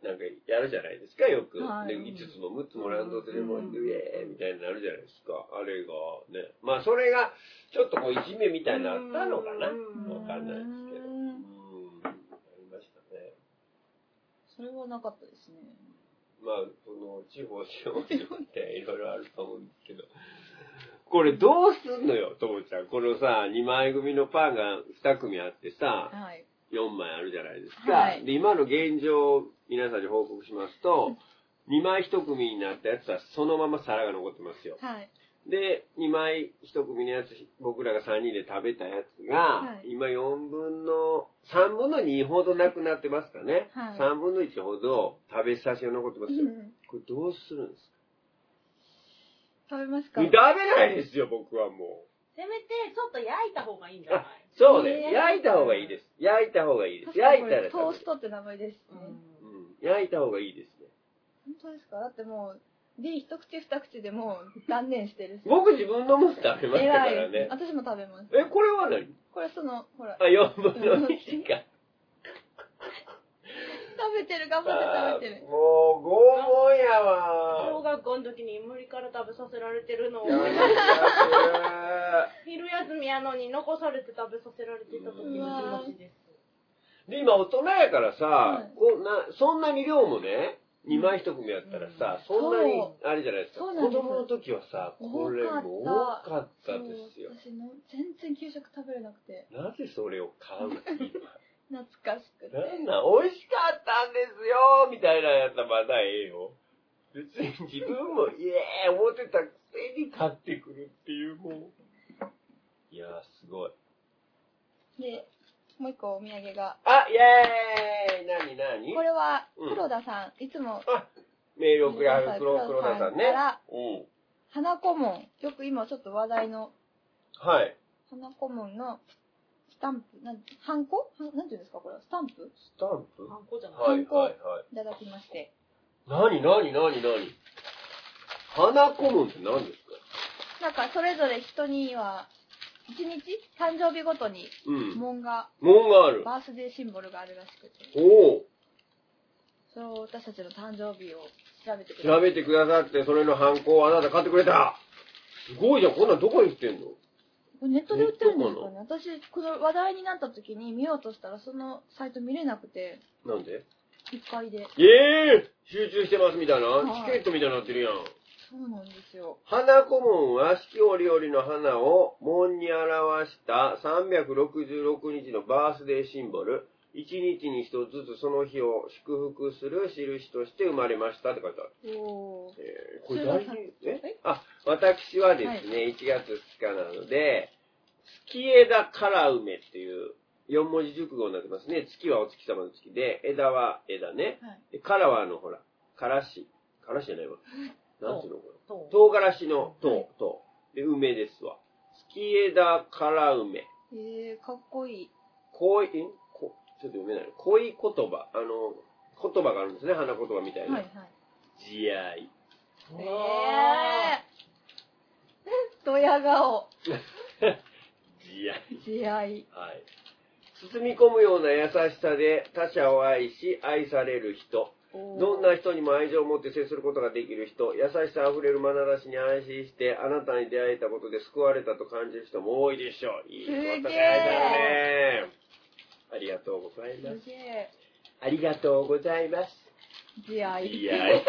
[SPEAKER 2] なんかやるじゃないですか、よく。
[SPEAKER 1] はい
[SPEAKER 2] で5つも6つもランドセレモニーで、ウ
[SPEAKER 3] うん
[SPEAKER 2] ェーみたいになるじゃないですか。あれがね。まあそれが、ちょっとこういじめみたいになのあったのかな。
[SPEAKER 3] うん
[SPEAKER 1] ー。
[SPEAKER 2] わかんないですけど
[SPEAKER 1] う。
[SPEAKER 2] うんん、ありましたね。
[SPEAKER 1] それはなかったですね。
[SPEAKER 2] まあ、その、地方地方地方っていろいろあると思うんですけど。これどうすんのよ、ともちゃん。このさ、2枚組のパンが2組あってさ、
[SPEAKER 1] はい。
[SPEAKER 2] 4枚あるじゃないですか。
[SPEAKER 1] はい
[SPEAKER 2] で、今の現状を皆さんに報告しますと、2枚1組になったやつはそのまま皿が残ってますよ。
[SPEAKER 1] はい。
[SPEAKER 2] で、2枚1組のやつ、僕らが3人で食べたやつが、
[SPEAKER 1] はい
[SPEAKER 2] 今4分の、3分の2ほどなくなってますかね。
[SPEAKER 1] はい
[SPEAKER 2] 3分の1ほど食べさせが残ってますよ。
[SPEAKER 1] うん
[SPEAKER 2] これどうするんです
[SPEAKER 1] 食べます
[SPEAKER 2] か
[SPEAKER 1] か
[SPEAKER 2] 食べないですよ、僕はもう。
[SPEAKER 3] せめて、ちょっと焼いた方がいいんじゃ ない
[SPEAKER 2] そうね、
[SPEAKER 1] えー
[SPEAKER 2] 焼いた方がいいです。焼いた方がいいです。
[SPEAKER 1] 確かに
[SPEAKER 2] 焼い
[SPEAKER 1] こ
[SPEAKER 2] たら
[SPEAKER 1] れト
[SPEAKER 2] 食
[SPEAKER 1] ー
[SPEAKER 2] べ
[SPEAKER 1] ストって名前ですね。
[SPEAKER 3] う
[SPEAKER 2] うんん、焼いた方がいいですね。
[SPEAKER 1] 本当ですかだってもう、D 一口二口でもう断念してるし。
[SPEAKER 2] 僕自分のもの食べましたか
[SPEAKER 1] 偉
[SPEAKER 2] ら
[SPEAKER 1] い。
[SPEAKER 2] ね。
[SPEAKER 1] 私も食べます。
[SPEAKER 2] え、これは何
[SPEAKER 1] これその、ほら、
[SPEAKER 2] あ、4分の1か。
[SPEAKER 1] 食べてる、頑張って食べてる。
[SPEAKER 2] もう、拷問やわ。
[SPEAKER 3] 小学校の時に無理から食べさせられてるのを
[SPEAKER 2] やだ
[SPEAKER 3] 昼休みやのに残されて食べさせられてた時の気持ちです。
[SPEAKER 2] で、今大人やからさ、
[SPEAKER 1] はい
[SPEAKER 2] こんな、そんなに量もね、2枚1組やったらさ、そんなに
[SPEAKER 1] そ、
[SPEAKER 2] あれじゃないですか。
[SPEAKER 1] そうなんです
[SPEAKER 2] 子供の時はさ、これも多かったですよ
[SPEAKER 1] そう。私の全然給食食べれなくて、
[SPEAKER 2] なぜそれを買うの今。
[SPEAKER 1] 懐かしくて。
[SPEAKER 2] なんなん、美味しかったんですよみたいなやったらまだええよ。別に自分も、イエーイ思ってたくせに買ってくるっていう、もう。いやー、すごい。
[SPEAKER 1] で、もう一個お土産が。
[SPEAKER 2] あ、イエーイなになに
[SPEAKER 1] これは
[SPEAKER 2] うん
[SPEAKER 1] 黒田さん、いつも
[SPEAKER 2] メールをくれはる黒
[SPEAKER 1] 黒
[SPEAKER 2] 黒
[SPEAKER 1] 田さ
[SPEAKER 2] 田さ
[SPEAKER 1] ん
[SPEAKER 2] ん
[SPEAKER 1] か
[SPEAKER 2] ね
[SPEAKER 1] ら。
[SPEAKER 2] うん。
[SPEAKER 1] 花顧問、よく今ちょっと話題の
[SPEAKER 2] はい。
[SPEAKER 1] 花顧問のスタンプ、なんハンコはなんていうんですかこれはスタンプ
[SPEAKER 2] スタンプ
[SPEAKER 3] あんこじゃない。
[SPEAKER 2] はいはい
[SPEAKER 1] いただきまして。
[SPEAKER 2] はい。なになになになに花顧問って何ですか
[SPEAKER 1] なんかそれぞれ人には、一日誕生日ごとに
[SPEAKER 2] うん。
[SPEAKER 1] 門が、
[SPEAKER 2] 門がある。
[SPEAKER 1] バースデーシンボルがあるらしくて、
[SPEAKER 2] おお。
[SPEAKER 1] それを私たちの誕生日を調べてくれ
[SPEAKER 2] 調べてくださって、それのハンコをあなた買ってくれた。すごいじゃん。こんなんどこに売ってんの
[SPEAKER 1] これネットで売ってるんですか
[SPEAKER 2] ネ
[SPEAKER 1] ね私、この話題になった時に見ようとしたら、そのサイト見れなくて、
[SPEAKER 2] なんで
[SPEAKER 1] 1階で。
[SPEAKER 2] ええー、集中してますみたいな。
[SPEAKER 1] はい
[SPEAKER 2] チケットみたいになってるやん。
[SPEAKER 1] そうなんですよ。
[SPEAKER 2] 花古門は四季折々の花を門に表した366日のバースデーシンボル。一日に一つずつその日を祝福する印として生まれましたって書いてある。
[SPEAKER 1] おー。
[SPEAKER 2] えーこれ
[SPEAKER 1] それは
[SPEAKER 2] 大事
[SPEAKER 1] さ
[SPEAKER 2] え
[SPEAKER 1] え
[SPEAKER 2] あ、私はですね、1月2日なので、月枝から梅っていう4文字熟語になってますね。月はお月様の月で、枝は枝ね。
[SPEAKER 1] はい。
[SPEAKER 2] で、からはあの、ほら、からし。からしじゃないわ。なんていうのこれ。
[SPEAKER 3] と
[SPEAKER 2] 唐辛子の
[SPEAKER 1] は
[SPEAKER 2] 唐
[SPEAKER 1] い、
[SPEAKER 2] 唐。で、梅ですわ。月枝から梅。
[SPEAKER 1] えー、かっこいい。
[SPEAKER 2] 恋、んこちょっと読めない。恋言葉。あの、言葉があるんですね。花言葉みたいな。
[SPEAKER 1] はいはい。
[SPEAKER 2] 慈愛。
[SPEAKER 1] えー。 ドヤ顔。
[SPEAKER 2] 慈愛。
[SPEAKER 1] 慈愛。
[SPEAKER 2] はい。包み込むような優しさで他者を愛し、愛される人。どんな人にも愛情を持って接することができる人、優しさあふれる眼差しに安心して、あなたに出会えたことで救われたと感じる人も多いでしょう。いいこと書いてあるね。ありがとうございますす。
[SPEAKER 1] げえ。
[SPEAKER 2] ありがとうございます。
[SPEAKER 1] 慈愛。
[SPEAKER 2] いやい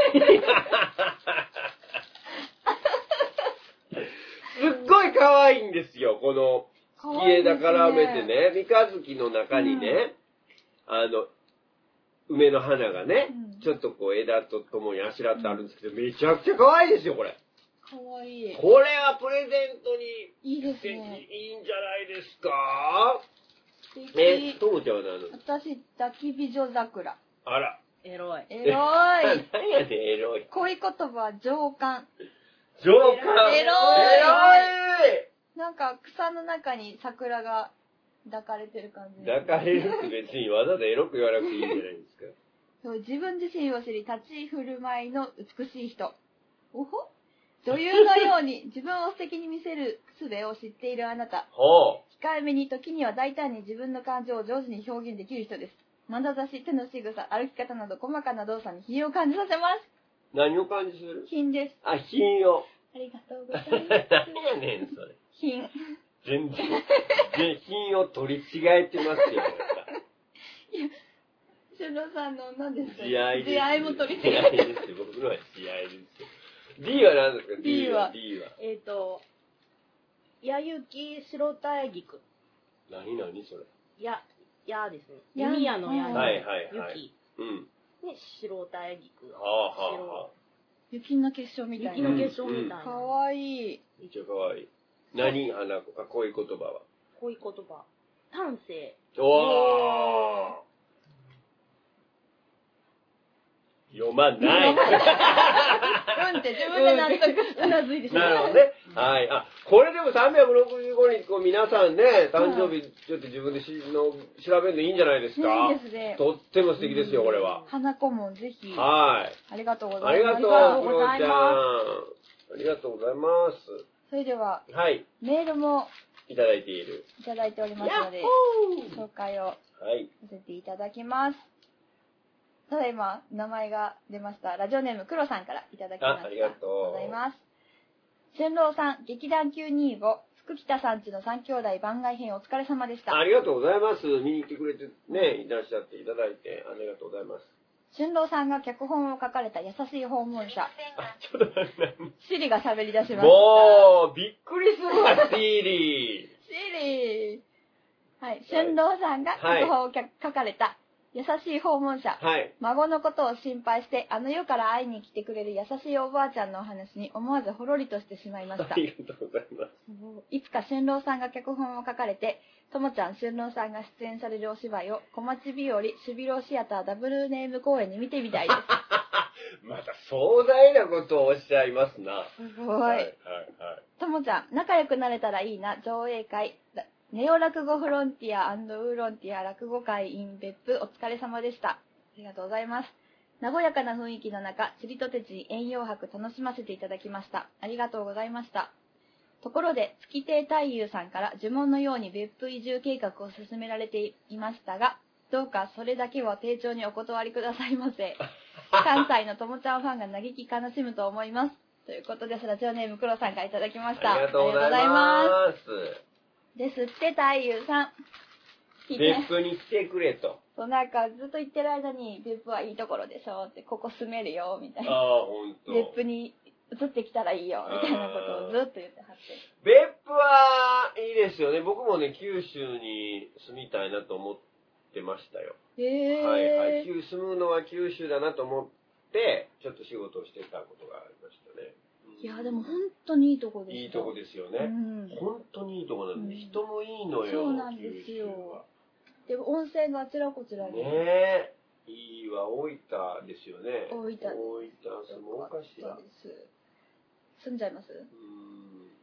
[SPEAKER 2] すっごい可愛いんですよ、この
[SPEAKER 1] かわい
[SPEAKER 2] 家
[SPEAKER 1] いです
[SPEAKER 2] だから梅って。ね、三日月の中にね、あの、梅の花がね、
[SPEAKER 1] うん
[SPEAKER 2] ちょっとこう枝とともにあしらってあるんですけど、めちゃくちゃ可愛いですよ、これ。
[SPEAKER 1] かわいい。
[SPEAKER 2] これはプレゼントに
[SPEAKER 1] いいです
[SPEAKER 2] いい
[SPEAKER 1] ね。
[SPEAKER 2] んじゃないですか
[SPEAKER 1] 素
[SPEAKER 2] え、
[SPEAKER 1] 敵。
[SPEAKER 2] ともちゃんは何なの
[SPEAKER 1] 私、抱き美女桜。
[SPEAKER 2] あら。
[SPEAKER 3] エロい。
[SPEAKER 1] エロい。
[SPEAKER 2] 何やねん、エロい。
[SPEAKER 1] 恋言葉、情感。
[SPEAKER 2] 上官。
[SPEAKER 1] エロ
[SPEAKER 2] エロい
[SPEAKER 1] なんか、草の中に桜が抱かれてる感じ。
[SPEAKER 2] 抱かれるって別にわざわざエロく言わなくていいんじゃないですか。
[SPEAKER 1] そう自分自身を知り立ち居振る舞いの美しい人。おほ 女優のように自分を素敵に見せる術を知っているあなた。
[SPEAKER 2] ほ
[SPEAKER 1] 控えめに時には大胆に自分の感情を上手に表現できる人です。眼差し、手の仕草、歩き方など細かな動作に品を感じさせま
[SPEAKER 2] う。何を感じする
[SPEAKER 1] す。品です。
[SPEAKER 2] あ、品を。
[SPEAKER 1] ありがとうございます。
[SPEAKER 2] 何やねん、それ。
[SPEAKER 1] 品。
[SPEAKER 2] 全然、全品を取り違えてますよ。
[SPEAKER 1] 修羅さんの何ですか
[SPEAKER 2] 慈愛です。
[SPEAKER 1] 慈愛も取り
[SPEAKER 2] 慈
[SPEAKER 1] 違
[SPEAKER 2] 愛
[SPEAKER 1] え
[SPEAKER 2] です。僕のは慈愛です。D は何ですか
[SPEAKER 1] D は
[SPEAKER 2] D は。
[SPEAKER 3] えっ、と、やゆき白たいぎく。
[SPEAKER 2] 何何それ。
[SPEAKER 3] や、やですね。
[SPEAKER 1] や
[SPEAKER 3] 弓矢のやに、
[SPEAKER 2] はいはいはい
[SPEAKER 3] 雪。
[SPEAKER 2] うん。
[SPEAKER 3] ね、白たいぎく
[SPEAKER 2] は。あはあはあ。
[SPEAKER 1] 雪の結晶みたい
[SPEAKER 3] 雪
[SPEAKER 1] な
[SPEAKER 3] の。結晶みたいな。
[SPEAKER 1] かわいい。
[SPEAKER 2] めっちゃ可愛い。何花子、あ、こういう言葉は。
[SPEAKER 3] こういう言葉。丹精。
[SPEAKER 2] おー読まない。
[SPEAKER 1] うんって自分で納得。うなずいてしま
[SPEAKER 2] なるほ
[SPEAKER 1] う
[SPEAKER 2] ど。ね。はい。あ、これでも365日、こう皆さんね、誕生日、ちょっと自分でしの調べるのいいんじゃないですか。
[SPEAKER 1] いいですね。
[SPEAKER 2] とっても素敵ですよ、これは。
[SPEAKER 1] 花子もぜひ。
[SPEAKER 2] はい。
[SPEAKER 1] ありがとうござ
[SPEAKER 2] あ
[SPEAKER 1] い
[SPEAKER 2] り
[SPEAKER 1] ます。
[SPEAKER 2] がとう、ク
[SPEAKER 3] うご
[SPEAKER 2] ロ
[SPEAKER 3] ざいます
[SPEAKER 2] ちゃん。ありがとうございます。
[SPEAKER 1] それでは、
[SPEAKER 2] はい。
[SPEAKER 1] メールも
[SPEAKER 2] いただいている。
[SPEAKER 1] いただいておりますので、紹介を
[SPEAKER 2] はい。
[SPEAKER 1] させていただきます。ただいま、名前が出ました。ラジオネーム、クロさんからいただきました。
[SPEAKER 2] あありがとう
[SPEAKER 1] ございます。春郎さん、劇団925、福北さんちの3兄弟番外編お疲れ様でした。
[SPEAKER 2] ありがとうございます。見に来てくれてね、いらっしゃっていただいて、ありがとうございます。
[SPEAKER 1] 春郎さんが脚本を書かれた優しい訪問者、
[SPEAKER 2] あ、ちょっと待って
[SPEAKER 1] シリが喋り出しました。
[SPEAKER 2] もう、びっくりするわ、シーリー。
[SPEAKER 1] シリーはい、春郎さんが脚本を書かれた、優しい訪問者。
[SPEAKER 2] はい。
[SPEAKER 1] 孫のことを心配して、あの世から会いに来てくれる優しいおばあちゃんのお話に思わずほろりとしてしまいました
[SPEAKER 2] あ。りがとうございます。
[SPEAKER 1] いつか春郎さんが脚本を書かれて、ともちゃん春郎さんが出演されるお芝居を、小町日和守備郎シアターダブルネーム公演に見てみたいで
[SPEAKER 2] また壮大なことをおっしゃいますな。
[SPEAKER 1] す。すご
[SPEAKER 2] はいはいい。はい。
[SPEAKER 1] ともちゃん、仲良くなれたらいいな、上映会。らネオ落語フロンティアウーロンティア落語会 in 別府お疲れ様でした。ありがとうございます。和やかな雰囲気の中、釣りと手ち遠洋博楽しませていただきました。ありがとうございました。ところで、月亭太夫さんから呪文のように別府移住計画を進められていましたが、どうかそれだけは丁重にお断りくださいま せ。関西のともちゃんファンが嘆き悲しむと思います。ということです。ラジオネーム黒さんからいただきました。
[SPEAKER 2] ありがとうござい
[SPEAKER 1] ありがとうございま
[SPEAKER 2] ます。
[SPEAKER 1] す。ですって太夫さん。聞いて
[SPEAKER 2] 別府に来てくれと。
[SPEAKER 1] そうなんかずっと言ってる間に別府はいいところでしょってここ住めるよみたい
[SPEAKER 2] あ
[SPEAKER 1] な
[SPEAKER 2] あ、ほんと。
[SPEAKER 1] 別府に移ってきたらいいよ、みたいなことをずっと言ってはって。
[SPEAKER 2] 別府はいいですよね。僕もね、九州に住みたいなと思ってましたよ。
[SPEAKER 1] へえー。
[SPEAKER 2] はいはい。九住むのは九州だなと思って、ちょっと仕事をしてたことがありましたね。うん
[SPEAKER 1] いや、でも本当にいいとこでした。
[SPEAKER 2] いいとこですよ
[SPEAKER 1] う
[SPEAKER 2] ね。
[SPEAKER 1] ん。
[SPEAKER 2] 本当にいいとこなんで、
[SPEAKER 1] うん
[SPEAKER 2] 人もいいのよ。
[SPEAKER 1] そうなんですよ
[SPEAKER 2] 九州は
[SPEAKER 1] で、温泉があちらこちらに。
[SPEAKER 2] ねえ。いいわ、大分ですよね。
[SPEAKER 1] 大分
[SPEAKER 2] 大分、相撲かしら。う
[SPEAKER 1] です。住んじゃいます
[SPEAKER 2] ん。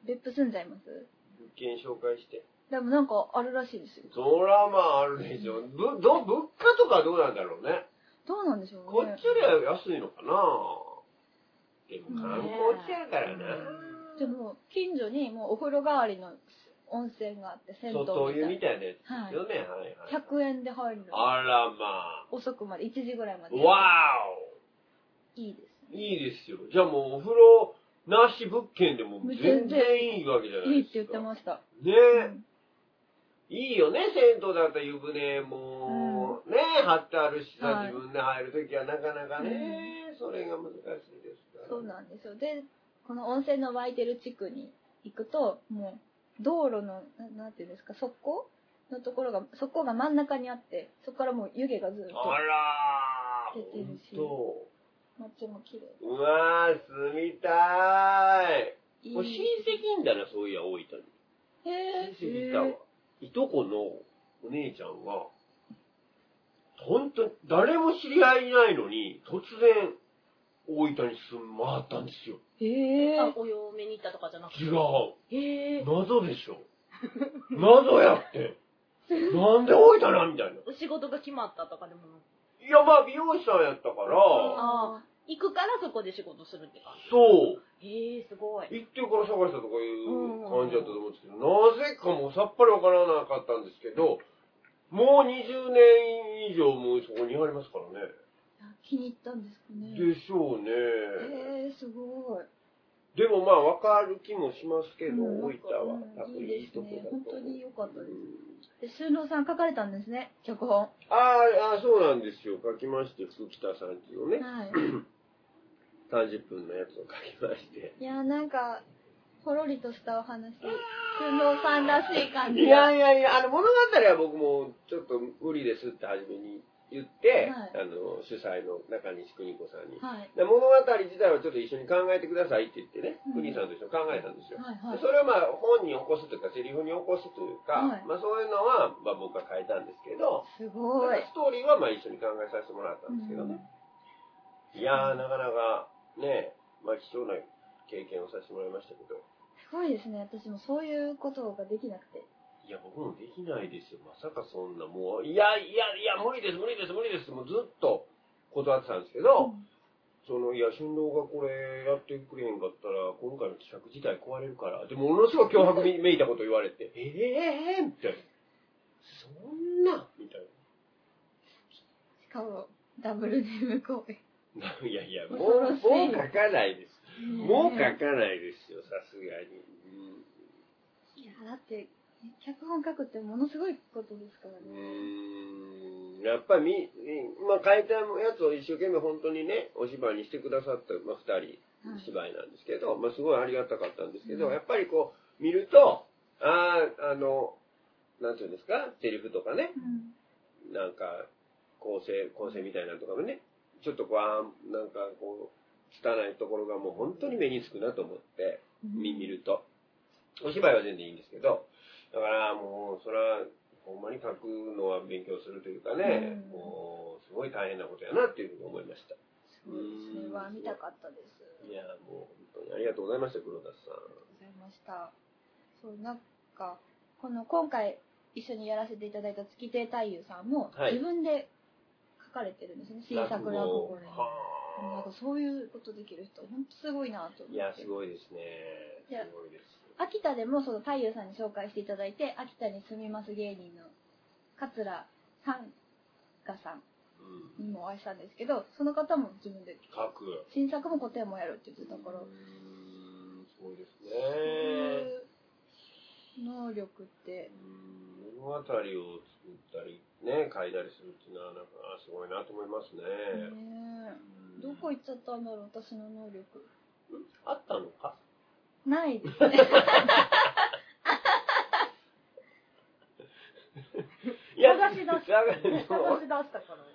[SPEAKER 1] 別府住んじゃいます
[SPEAKER 2] 物件紹介して。
[SPEAKER 1] でもなんかあるらしいですよ。
[SPEAKER 2] ドラマあるでしょ。ぶど物価とかどうなんだろうね。
[SPEAKER 1] どうなんでしょうね。
[SPEAKER 2] こっちよりは安いのかなでも観光地やからな。
[SPEAKER 1] でも、近所にもうお風呂代わりの温泉があって、銭湯み
[SPEAKER 2] 外湯
[SPEAKER 1] た
[SPEAKER 2] み
[SPEAKER 1] い
[SPEAKER 2] たいなやつですよね。はいはい。
[SPEAKER 1] な。100円で入るの。
[SPEAKER 2] あらまあ。
[SPEAKER 1] 遅くまで、1時ぐらいまで。
[SPEAKER 2] わ
[SPEAKER 1] いいです
[SPEAKER 2] お
[SPEAKER 1] ね。
[SPEAKER 2] いいですよ。じゃあもうお風呂なし物件でも
[SPEAKER 1] 全然
[SPEAKER 2] 全然いいわけじゃな
[SPEAKER 1] い
[SPEAKER 2] いい
[SPEAKER 1] っ
[SPEAKER 2] で
[SPEAKER 1] て
[SPEAKER 2] すか。
[SPEAKER 1] 言ってました。
[SPEAKER 2] ね
[SPEAKER 1] う
[SPEAKER 2] え。
[SPEAKER 1] ん
[SPEAKER 2] いいよね、銭湯だったら湯船も、ね、張ってあるしさ、
[SPEAKER 1] はい
[SPEAKER 2] 自分で入るときはなかなかね、それが難しいですから。
[SPEAKER 1] そうなんですよ。で、この温泉の湧いてる地区に行くと、もう、道路の、ななんていうんですか、側溝のところが、側溝が真ん中にあって、そこからもう湯気がずっと、
[SPEAKER 2] あらー
[SPEAKER 1] 出てるし
[SPEAKER 2] 本
[SPEAKER 1] 街も綺麗。
[SPEAKER 2] 当うわー、住みたい。
[SPEAKER 1] い
[SPEAKER 2] もう親
[SPEAKER 1] い。
[SPEAKER 2] 戚いんだな、そういや、大分に。
[SPEAKER 1] へえ
[SPEAKER 2] 親戚いたわ。いとこのお姉ちゃんが、本当に誰も知り合いいないのに、突然、大分に住ん回ったんですよ。
[SPEAKER 1] へえ
[SPEAKER 3] あ、お嫁に行ったとかじゃなくて。
[SPEAKER 2] 違う。
[SPEAKER 3] へえ。
[SPEAKER 2] 謎でしょ謎や ってなんで置いたなみたいな
[SPEAKER 3] お仕事が決まったとかでもなく
[SPEAKER 2] いやまあ美容師さんやったから
[SPEAKER 1] あ
[SPEAKER 3] 行くからそこで仕事するって感
[SPEAKER 2] そう
[SPEAKER 3] じ。へえ、すごい。
[SPEAKER 2] 行ってから探したとかいう感じやったと思うんですけどなぜかもうさっぱりわからなかったんですけどもう20年以上もうそこにありますからね、
[SPEAKER 1] あ。気に入ったんですかね。
[SPEAKER 2] でしょうね、
[SPEAKER 1] へえすごい。
[SPEAKER 2] でもまあわかる気もしますけど、
[SPEAKER 1] うん
[SPEAKER 2] 大分は多
[SPEAKER 1] うん
[SPEAKER 2] 分
[SPEAKER 1] いい
[SPEAKER 2] いい
[SPEAKER 1] です
[SPEAKER 2] とこ
[SPEAKER 1] ね
[SPEAKER 2] だ。と
[SPEAKER 1] 本
[SPEAKER 2] 思
[SPEAKER 1] 当
[SPEAKER 2] う
[SPEAKER 1] に良かったです。で、修郎さん書かれたんですね、脚本。は
[SPEAKER 2] あーあーそうなんですよ書きまして福北さんっていうのね、
[SPEAKER 1] い。
[SPEAKER 2] 30分のやつを書きまして。
[SPEAKER 1] いやーなんか、ほろりとしたお話。修郎さんらしい感じ
[SPEAKER 2] い
[SPEAKER 1] が。
[SPEAKER 2] やいやいや、あの物語は僕もちょっと無理ですって初めに言って、
[SPEAKER 1] は
[SPEAKER 2] あの主催の中西邦子さんに。
[SPEAKER 1] はい。
[SPEAKER 2] で物語自体はちょっと一緒に考えてくださいって言ってね
[SPEAKER 1] うん、
[SPEAKER 2] 国さんと一緒に考えたんですよ。
[SPEAKER 1] はいはい
[SPEAKER 2] でそれをまあ本に起こすというか、セリフに起こすというか、
[SPEAKER 1] はい
[SPEAKER 2] まあそういうのはまあ僕は変えたんですけど、
[SPEAKER 1] すごい。
[SPEAKER 2] ストーリーはまあ一緒に考えさせてもらったんですけどね。いやー、なかなかね、まあ貴重な経験をさせてもらいましたけど、
[SPEAKER 1] すごいですね。私もそういうことができなくて。
[SPEAKER 2] いや、僕もできないですよ。まさかそんな、もう、いや、いや、いや、無理です、無理です、無理です。もうずっと断ってたんですけど、その、いや、新郎がこれやってくれへんかったら、今回の企画自体壊れるから、でも、ものすごい脅迫 めめいたこと言われて、ええー、みたいな。そんな、 みたい
[SPEAKER 1] しかも、ダブルで向こうへ。
[SPEAKER 2] な。いやいや、もう、も
[SPEAKER 1] 恐ろし
[SPEAKER 2] う
[SPEAKER 1] い
[SPEAKER 2] 書かないです。もう書
[SPEAKER 1] いや、
[SPEAKER 2] かないですよ、さすがに。うん
[SPEAKER 1] だって、脚本書くってものすごいことですから
[SPEAKER 2] う
[SPEAKER 1] ね。
[SPEAKER 2] ーんやっぱりみ、まあ、書いたやつを一生懸命本当にね、お芝居にしてくださった、まあ、
[SPEAKER 1] は
[SPEAKER 2] 2人、
[SPEAKER 1] い
[SPEAKER 2] 芝居なんですけど、まあ、すごいありがたかったんですけど、
[SPEAKER 1] うん
[SPEAKER 2] やっぱりこう、見ると、ああ、あの、なんていうんですか、セリフとかね、
[SPEAKER 1] うん。
[SPEAKER 2] なんか、構成、構成みたいなのとかもね、ちょっとこう、あーなんかこう、拙いところがもう本当に目につくなと思って、見見ると。お芝居は全然いいんですけど、だからもう、それは、ほんまに書くのは勉強するというかね、
[SPEAKER 1] うん
[SPEAKER 2] もう、すごい大変なことやなっていうふうに思いました。
[SPEAKER 1] すごいですね。わ、見たかったです。
[SPEAKER 2] いや、もう、本当にありがとうございました、黒田さ
[SPEAKER 1] ありがとうございました。そう、なんか、この今回一緒にやらせていただいた月亭太夫さんも、
[SPEAKER 2] はい
[SPEAKER 1] 自分で書かれてるんですね、新
[SPEAKER 2] ん。
[SPEAKER 1] 作落語で。なん
[SPEAKER 2] は
[SPEAKER 1] かそういうことできる人、本当すごいなと思っ
[SPEAKER 2] あ。
[SPEAKER 1] て。
[SPEAKER 2] いや、すごいですね。
[SPEAKER 1] いや
[SPEAKER 2] すごいです。
[SPEAKER 1] 秋田でもその太夫さんに紹介していただいて、秋田に住みます芸人の桂さんがさん
[SPEAKER 2] うん。
[SPEAKER 1] にもお会いしたんですけど、その方も自分で
[SPEAKER 2] 書く。
[SPEAKER 1] 新作も古典もやるって言ってた
[SPEAKER 2] う
[SPEAKER 1] から、
[SPEAKER 2] ん、すごいです
[SPEAKER 1] そうい
[SPEAKER 2] ね。
[SPEAKER 1] う能力って、
[SPEAKER 2] うん物語を作ったり、ね、書いたりするっていうのは、なんか、すごいなと思いますね。
[SPEAKER 1] ねえどこ行っちゃったんだろう、私の能力。
[SPEAKER 2] あったの か
[SPEAKER 1] ない ですね。
[SPEAKER 2] いや、
[SPEAKER 3] 探し出した。
[SPEAKER 2] 探し出
[SPEAKER 3] 探し出した
[SPEAKER 2] そう
[SPEAKER 3] か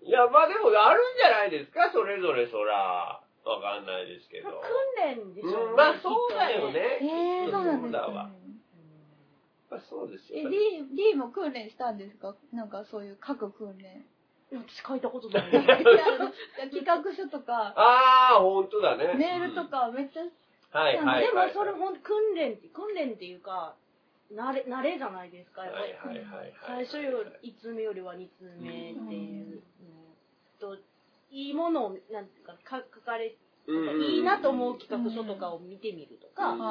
[SPEAKER 3] ら。
[SPEAKER 2] いや、まあでもあるんじゃないですか、それぞれそら。わかんないですけど。
[SPEAKER 3] 訓練でしょ
[SPEAKER 2] うん、まあそうだよ。ね。
[SPEAKER 1] えー、
[SPEAKER 2] きっ
[SPEAKER 1] そう
[SPEAKER 2] と
[SPEAKER 1] なんです
[SPEAKER 2] だ
[SPEAKER 1] か、
[SPEAKER 2] わ
[SPEAKER 1] ね。。
[SPEAKER 2] まあそうです
[SPEAKER 1] え、
[SPEAKER 2] よ。
[SPEAKER 1] D、D も訓練したんですかなんかそういう書く訓練。
[SPEAKER 3] いや私書いたこ とない。
[SPEAKER 1] いやあの企画書とか、
[SPEAKER 2] ああ、本当だね。
[SPEAKER 1] メールとかめっちゃ、
[SPEAKER 2] うん。はいはい
[SPEAKER 3] で
[SPEAKER 2] はい。
[SPEAKER 3] もそれほんと訓練って、訓練っていうか、慣れ、慣れじゃないですか、
[SPEAKER 2] はい
[SPEAKER 3] やっ
[SPEAKER 2] は
[SPEAKER 3] ぱり。
[SPEAKER 2] いはいは
[SPEAKER 3] 最
[SPEAKER 2] い。
[SPEAKER 3] 初より、1通目よりは2通目っていう。うんと、いいものを、なんていうか、か書かれ、いいなと思う企画書とかを見てみるとか、
[SPEAKER 2] うん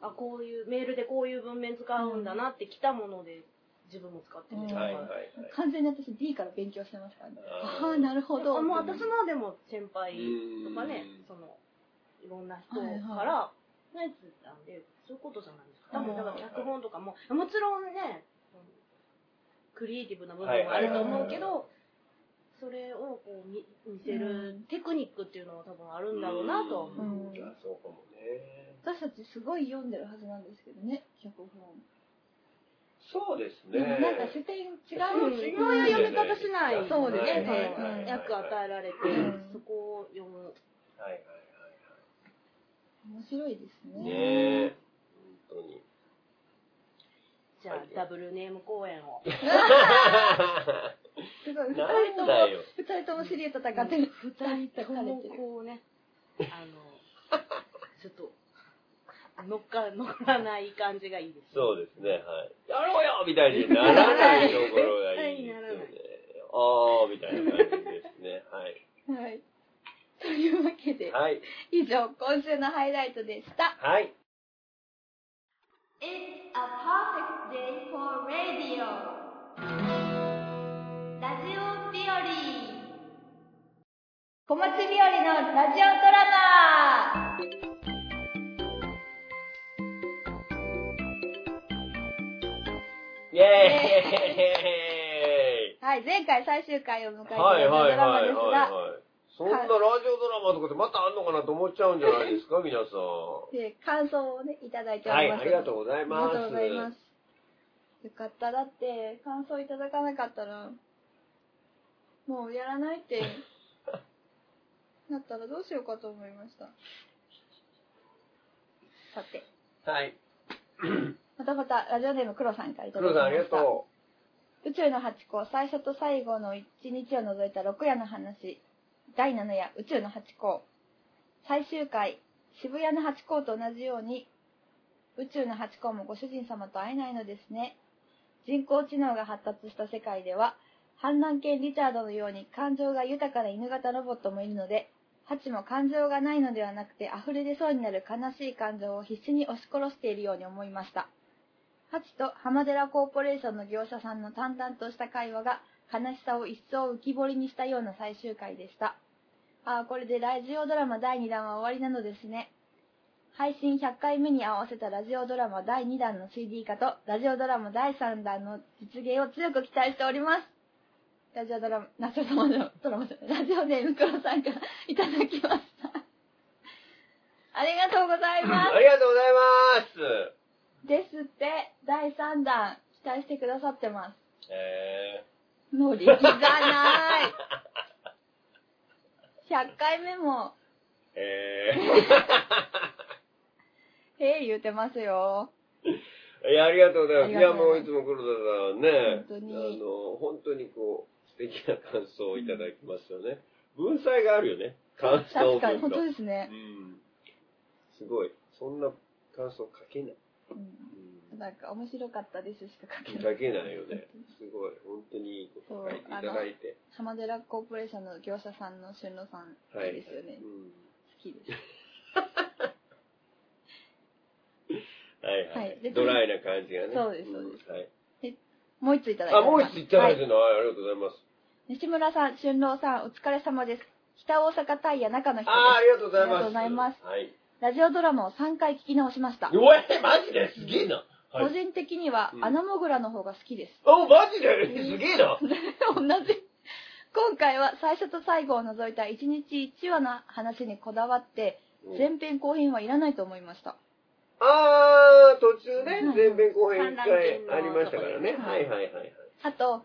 [SPEAKER 3] あ、こういう、メールでこういう文面使うんだなって来たもので、自分も使ってみるとか。
[SPEAKER 2] はいはいはい。
[SPEAKER 1] 完全に私 D から勉強してますからね。あ
[SPEAKER 2] あー
[SPEAKER 1] あ、なるほど。
[SPEAKER 3] あもう私のでも先輩
[SPEAKER 2] うん
[SPEAKER 3] とかね、その、いろんな人からのやつなんで、そういうことじゃないですか。多分、だから脚本とかも、もちろんね、クリエイティブな部分もあると思うけど、それをこう見見せるテクニックっていうのは多分あるんだろうなとは思う。
[SPEAKER 1] うん
[SPEAKER 2] いやそうかもね。
[SPEAKER 1] 私たちすごい読んでるはずなんですけどね、脚本。
[SPEAKER 2] そうです
[SPEAKER 1] で
[SPEAKER 2] ね。
[SPEAKER 1] もなんか視点違
[SPEAKER 3] そう
[SPEAKER 1] う
[SPEAKER 3] い
[SPEAKER 1] し、
[SPEAKER 3] う読み方しない、
[SPEAKER 1] そうですね
[SPEAKER 3] うん
[SPEAKER 1] うん
[SPEAKER 3] 役与えられて
[SPEAKER 1] うん、
[SPEAKER 3] そこを読む。
[SPEAKER 2] はいはい
[SPEAKER 1] 面白いです
[SPEAKER 2] はい。
[SPEAKER 1] ね。
[SPEAKER 2] ねえ。本当に。
[SPEAKER 3] じゃあ、ダブルネーム公演を。
[SPEAKER 1] すごい、二人
[SPEAKER 2] な
[SPEAKER 1] と
[SPEAKER 2] ん
[SPEAKER 1] も
[SPEAKER 2] だ、よ。
[SPEAKER 1] 二人とも知り合った戦ってる。
[SPEAKER 3] 二人ともこうね、あの、ちょっと、乗っか、乗らない感じがいいですね。
[SPEAKER 2] そうですね、はい。やろうよみたい にならないところがいいですよね
[SPEAKER 3] ならない。
[SPEAKER 2] あーみたいな感じですね。はい。
[SPEAKER 1] はい。というわけで、
[SPEAKER 2] はい。
[SPEAKER 1] 以上、今週のハイライトでした。
[SPEAKER 2] はい。
[SPEAKER 5] It's a perfect day for radio. ラジオ日和。小松日和のラジオドラマ。
[SPEAKER 2] イェーイ
[SPEAKER 1] はい、前回最終回を迎えていた
[SPEAKER 2] はい
[SPEAKER 1] ド
[SPEAKER 2] はいはい
[SPEAKER 1] ラマ
[SPEAKER 2] はい
[SPEAKER 1] ですが、
[SPEAKER 2] はい。そんなラジオドラマとかってまたあんのかなと思っちゃうんじゃないですか、皆さん。
[SPEAKER 1] で感想をね、いただいてお
[SPEAKER 2] は
[SPEAKER 1] り
[SPEAKER 2] い、
[SPEAKER 1] ます。
[SPEAKER 2] ありがとうございま
[SPEAKER 1] あ
[SPEAKER 2] す。
[SPEAKER 1] りがとうございます。よかった。だって、感想いただかなかったら、もうやらない って、なったらどうしようかと思いました。さて、
[SPEAKER 2] はい。
[SPEAKER 1] またまたラジオネーム黒さんからいただ
[SPEAKER 2] 黒
[SPEAKER 1] き
[SPEAKER 2] さん
[SPEAKER 1] ま
[SPEAKER 2] ありが
[SPEAKER 1] した。
[SPEAKER 2] と。
[SPEAKER 1] 宇宙の八個、最初と最後の一日を除いた6夜の話、第7夜、宇宙の八個。最終回、渋谷の八個と同じように、宇宙の八個もご主人様と会えないのですね。人工知能が発達した世界では、反乱犬リチャードのように感情が豊かな犬型ロボットもいるので、ハチも感情がないのではなくて溢れ出そうになる悲しい感情を必死に押し殺しているように思いました。ハチと浜寺コーポレーションの業者さんの淡々とした会話が悲しさを一層浮き彫りにしたような最終回でした。ああ、これでラジオドラマ第2弾は終わりなのですね。配信100回目に合わせたラジオドラマ第2弾の CD 化とラジオドラマ第3弾の実現を強く期待しております。ラジオドラマ、ラジオドラマ、ドラマじゃないラジオネーム黒さんからいただきました。ありがとうございうます
[SPEAKER 2] あ。りがとうございます。
[SPEAKER 1] ですって、第3弾、期待してくださってま
[SPEAKER 2] え
[SPEAKER 1] す。乗り気じゃ ない。100回目も、
[SPEAKER 2] ー、 え
[SPEAKER 1] へえ言うてますよ。
[SPEAKER 2] ー、いや、ありがとうございます。い
[SPEAKER 1] ありが
[SPEAKER 2] や、
[SPEAKER 1] とう
[SPEAKER 2] も
[SPEAKER 1] ご
[SPEAKER 2] う
[SPEAKER 1] ざい
[SPEAKER 2] い
[SPEAKER 1] ます
[SPEAKER 2] つも黒田さ
[SPEAKER 1] 本
[SPEAKER 2] んね、
[SPEAKER 1] 当に
[SPEAKER 2] あの、本当にこう、素敵な感想をいただきますよね。文才があるよね。感
[SPEAKER 1] 確
[SPEAKER 2] 想文
[SPEAKER 1] かに、
[SPEAKER 2] の。
[SPEAKER 1] 本当です
[SPEAKER 2] う
[SPEAKER 1] ね。
[SPEAKER 2] ん。すごい。そんな感想書けない。
[SPEAKER 1] うん
[SPEAKER 2] うん
[SPEAKER 1] なんか、面白かったですしか書けない。
[SPEAKER 2] 書けないよね。すごい。本当にいいこと書いていただいて。
[SPEAKER 1] 浜寺コーポレーションの業者さんの俊郎さん、好
[SPEAKER 2] はい。
[SPEAKER 1] きですよね。
[SPEAKER 2] うん
[SPEAKER 1] 好きです。
[SPEAKER 2] はいは
[SPEAKER 1] はいで
[SPEAKER 2] い。ドライな感じがね。
[SPEAKER 1] そうですそうです
[SPEAKER 2] す。はい。
[SPEAKER 1] もう一ついただいて
[SPEAKER 2] あ、
[SPEAKER 1] おり
[SPEAKER 2] もう
[SPEAKER 1] ます
[SPEAKER 2] 一ついただいて
[SPEAKER 1] は
[SPEAKER 2] るの、はい、ありがとうございます。
[SPEAKER 1] い西村さん、俊郎さん、お疲れ様です。北大阪タイヤ中の人で
[SPEAKER 2] あー、ありがとうございま
[SPEAKER 1] あり
[SPEAKER 2] す。
[SPEAKER 1] がとうございます
[SPEAKER 2] はい。
[SPEAKER 1] す。ラジオドラマを3回聞き直しました。
[SPEAKER 2] おえ、マジですげえな。は
[SPEAKER 1] 個
[SPEAKER 2] い。
[SPEAKER 1] 人的には、
[SPEAKER 2] うん
[SPEAKER 1] アナモグラの方が好きです。
[SPEAKER 2] お、マジですげえな。
[SPEAKER 1] 同じ。今回は最初と最後を除いた1日1話の話にこだわって、
[SPEAKER 2] うん
[SPEAKER 1] 前編後編はいらないと思いました。
[SPEAKER 2] あー、途中ね、
[SPEAKER 1] うん
[SPEAKER 2] 前編後編一回
[SPEAKER 3] 観覧
[SPEAKER 2] ありましたからね。
[SPEAKER 3] 券のとこ
[SPEAKER 2] はいはいはいはい。
[SPEAKER 1] あと、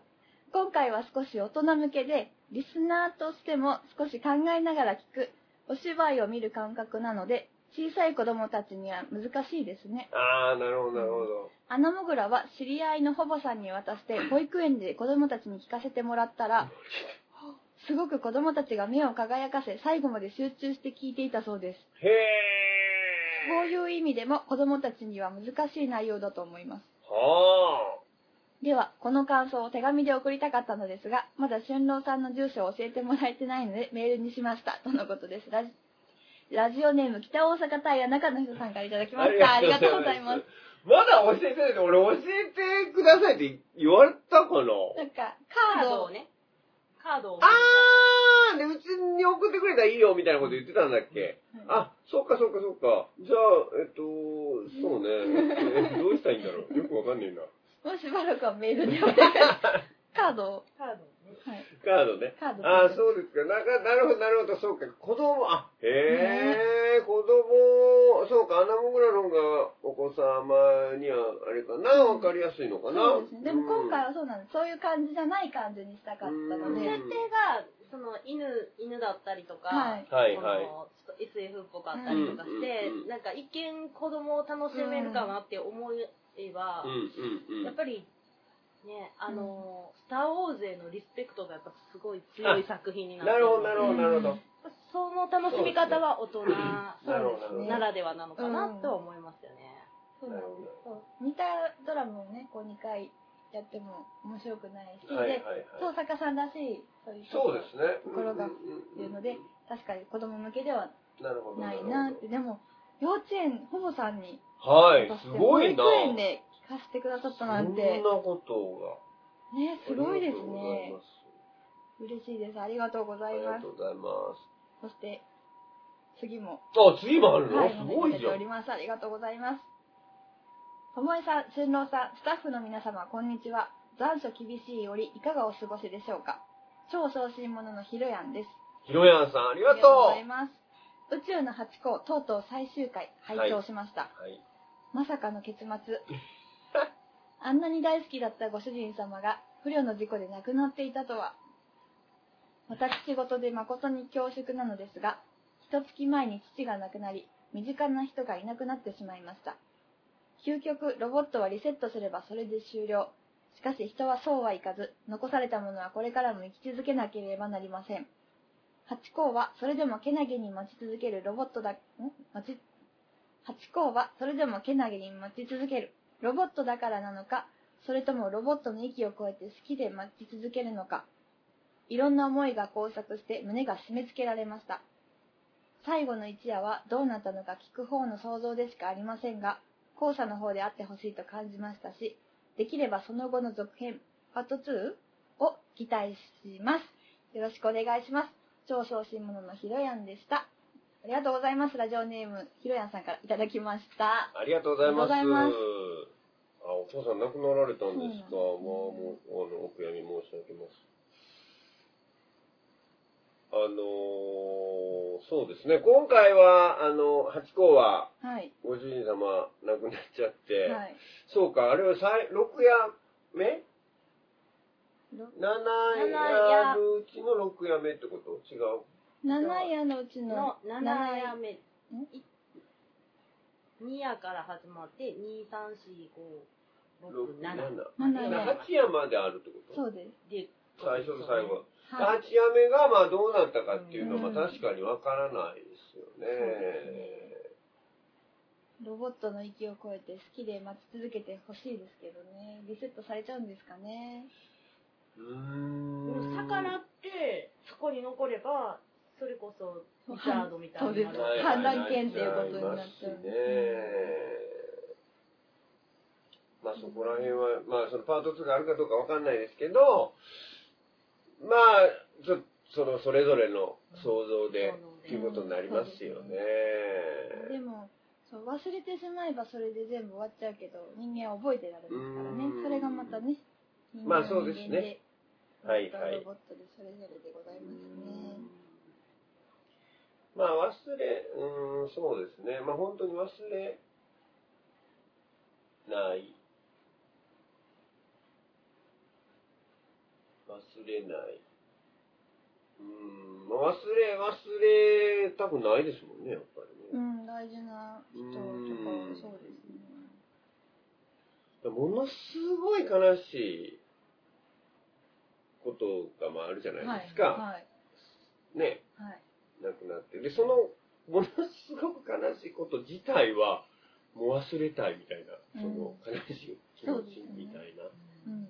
[SPEAKER 1] 今回は少し大人向けで、リスナーとしても少し考えながら聞く、お芝居を見る感覚なので、小さい子供たちには難しいですね。
[SPEAKER 2] あー、なるほどなるほど。
[SPEAKER 1] アナモグラは知り合いの保母さんに渡して、保育園で子供たちに聞かせてもらったら、すごく子供たちが目を輝かせ、最後まで集中して聞いていたそうです。
[SPEAKER 2] へ
[SPEAKER 1] こう
[SPEAKER 2] ー。
[SPEAKER 1] いう意味でも子供たちには難しい内容だと思います。
[SPEAKER 2] は
[SPEAKER 1] では、この感想を手紙で送りたかったのですが、まだ春郎さんの住所を教えてもらえてないので、メールにしました。とのことです。ラジラジオネーム、北大阪平中野人さんからいただきました。
[SPEAKER 2] あ
[SPEAKER 1] あ
[SPEAKER 2] り
[SPEAKER 1] り
[SPEAKER 2] が
[SPEAKER 1] が
[SPEAKER 2] と
[SPEAKER 1] と
[SPEAKER 2] う
[SPEAKER 1] うご
[SPEAKER 2] ござ
[SPEAKER 1] ざ
[SPEAKER 2] い
[SPEAKER 1] いま
[SPEAKER 2] ま
[SPEAKER 1] すす。
[SPEAKER 2] ー。まだ教えてないって、俺教えてくださいって言われ
[SPEAKER 1] な
[SPEAKER 2] たかな
[SPEAKER 1] んか、
[SPEAKER 3] カ
[SPEAKER 1] カー
[SPEAKER 3] ー
[SPEAKER 1] ド
[SPEAKER 3] ド
[SPEAKER 1] を
[SPEAKER 3] をね。カードを。
[SPEAKER 2] あー、で、うちに送ってくれたらいいよみたいなこと言ってたんだっけ、あ、そっかそっかそっか。じゃあ、えっと、そうね。えどうしたらいいんだろう。よくわかんねえな。
[SPEAKER 1] もうしばらくはメールでお願いし ます。カードを。
[SPEAKER 3] カードをね。
[SPEAKER 1] はい。
[SPEAKER 2] カードね。
[SPEAKER 1] カード
[SPEAKER 2] あーそうですか。なんか、なるほど、なるほど、そうか。子供、あ、へえ、子供、そうか、アナモグラの方がお子様には、あれかな、わかりやすいのかな。
[SPEAKER 1] そうですね。でも今回
[SPEAKER 2] は、
[SPEAKER 1] はそうなんです。そういう感じじゃない感じにしたかったの
[SPEAKER 2] うん
[SPEAKER 1] で、
[SPEAKER 3] 設定が、その、犬、犬だったりとか、
[SPEAKER 1] はい
[SPEAKER 2] はいはい
[SPEAKER 3] そのちょっと SF っぽかったりとかして、
[SPEAKER 2] うんうんうん
[SPEAKER 3] なんか一見子供を楽しめるかなって思えば
[SPEAKER 2] うん、うんう
[SPEAKER 3] や
[SPEAKER 2] ん
[SPEAKER 3] っ。ぱり、ね、あの、スター・ウォーズへのリスペクトがやっぱすごい強い作品になって
[SPEAKER 2] なるほど、なる
[SPEAKER 3] ほ
[SPEAKER 2] ほど、なるほど。
[SPEAKER 3] ど。その楽しみ方は大人
[SPEAKER 2] なるほど、なるほど。
[SPEAKER 3] ならではなのかなとは思いますよね。
[SPEAKER 1] そうなんです。そう似たドラムをね、こう2回やっても面白くないし、
[SPEAKER 2] はいはい
[SPEAKER 1] で、
[SPEAKER 2] はい。
[SPEAKER 1] そう作家さんらしい、そういう
[SPEAKER 2] そうですね。
[SPEAKER 1] ところが
[SPEAKER 2] う
[SPEAKER 1] っ
[SPEAKER 2] ん
[SPEAKER 1] ていうので、確かに子供向けでは
[SPEAKER 2] なるほど。
[SPEAKER 1] ない
[SPEAKER 2] るほど
[SPEAKER 1] なって、でも、幼稚園、保母さんに、
[SPEAKER 2] はい、
[SPEAKER 1] 渡し
[SPEAKER 2] す
[SPEAKER 1] て
[SPEAKER 2] ごいな。
[SPEAKER 1] 保育園で聞かせてくださったなん
[SPEAKER 2] そ
[SPEAKER 1] て
[SPEAKER 2] ん、なこと
[SPEAKER 1] ね、
[SPEAKER 2] が。
[SPEAKER 1] すごいです
[SPEAKER 2] ありが
[SPEAKER 1] ね。嬉しいです。ありがとうございます
[SPEAKER 2] と。うございます
[SPEAKER 1] そして、次も、
[SPEAKER 2] ありがとうございます。あ、次もあるの、
[SPEAKER 1] はい、
[SPEAKER 2] すごい
[SPEAKER 1] お願いし
[SPEAKER 2] じゃ
[SPEAKER 1] てお
[SPEAKER 2] ん。
[SPEAKER 1] ります。ありがとうございます。ともえさん、春郎さん、スタッフの皆様、こんにちは。残暑厳しい折、いかがお過ごしでしょうか。超小心者のひろやんです。
[SPEAKER 2] ひろやんさん、ありがとう。
[SPEAKER 1] ありがとうございます。宇宙の八個、とうとう最終回、拝聴しました。
[SPEAKER 2] はい。
[SPEAKER 1] まさかの結末。 あんなに大好きだったご主人様が不慮の事故で亡くなっていたとは。私事で誠に恐縮なのですが、一月前に父が亡くなり、身近な人がいなくなってしまいました。究極、ロボットはリセットすればそれで終了。しかし人はそうはいかず、残されたものはこれからも生き続けなければなりません。ハチ公はそれでもけなげに待ち続けるロボットだ、ん待ちハチ公はそれでもけなげに待ち続ける。ロボットだからなのか、それともロボットの域を超えて好きで待ち続けるのか。いろんな思いが交錯して胸が締め付けられました。最後の一夜はどうなったのか聞く方の想像でしかありませんが、後者の方であってほしいと感じましたし、できればその後の続編、パート 2? を期待します。よろしくお願いします。超小心者のひろやんでした。ありがとうございます。ラジオネーム、ひろやんさんからいただきました。
[SPEAKER 2] ありがとうございます。
[SPEAKER 1] ありがとうございます
[SPEAKER 2] あ、お父さん亡くなられたんですか。まあ、
[SPEAKER 1] そう
[SPEAKER 2] もう、あの、お悔やみ申し上げます。あのーそうですね。今回は、あの、ハチ公は、
[SPEAKER 1] はい。
[SPEAKER 2] ご主人様亡くなっちゃって、
[SPEAKER 1] はい。
[SPEAKER 2] そうか、あれは最、六夜目
[SPEAKER 1] ろ
[SPEAKER 2] 七夜あるうちの六夜目ってこと違う。
[SPEAKER 1] 7夜のうちの
[SPEAKER 3] の7夜目
[SPEAKER 1] ん
[SPEAKER 3] 2夜から始まって
[SPEAKER 2] 六
[SPEAKER 3] 2345677
[SPEAKER 2] 七。
[SPEAKER 1] 7
[SPEAKER 3] 夜
[SPEAKER 1] 夜。
[SPEAKER 2] 八夜まであるってこと
[SPEAKER 1] そうです。
[SPEAKER 3] で
[SPEAKER 2] 最初と最後。
[SPEAKER 1] はい。
[SPEAKER 2] 立ちやめがまあどうなったかっていうのは
[SPEAKER 1] うん
[SPEAKER 2] まあ確かにわからないですよね。
[SPEAKER 1] ロボットの域を超えて好きで待ち続けてほしいですけどね。リセットされちゃうんですかね。
[SPEAKER 2] う
[SPEAKER 3] でも
[SPEAKER 2] ーん。
[SPEAKER 3] 逆らってそこに残ればそれこそリチャードみたい
[SPEAKER 1] そうで
[SPEAKER 3] に
[SPEAKER 1] す
[SPEAKER 3] なる
[SPEAKER 2] はい
[SPEAKER 1] 反乱権っていうことになっちゃう
[SPEAKER 2] りますね。まあそこら辺は、まあそのパート2があるかどうかわかんないですけど、まあ、ちょそのそれぞれの想像でっていうことになりますよね。
[SPEAKER 1] でも、そう忘れてしまえばそれで全部終わっちゃうけど、人間は覚えてられますからね
[SPEAKER 2] う。ん
[SPEAKER 1] それがまたね、人
[SPEAKER 2] ま
[SPEAKER 1] 間
[SPEAKER 2] あそう
[SPEAKER 1] は
[SPEAKER 2] です
[SPEAKER 1] 人間で
[SPEAKER 2] ねはいはい
[SPEAKER 1] ロボットでそれぞれでございますね。
[SPEAKER 2] まあ忘れ、うーん、そうですね。まあ本当に忘れない。忘れない。うーん、まあ忘れ、忘れたくないですもんね、やっぱり
[SPEAKER 1] う
[SPEAKER 2] ね。
[SPEAKER 1] ん、大事な人とか
[SPEAKER 2] うん、
[SPEAKER 1] そうですね。
[SPEAKER 2] ものすごい悲しいことがまああるじゃないですか。
[SPEAKER 1] はい。
[SPEAKER 2] ね。
[SPEAKER 1] はい。
[SPEAKER 2] 亡くなってでそのものすごく悲しいこと自体はもう忘れたいみたいな、その悲しい気持ちみたいな
[SPEAKER 1] うん。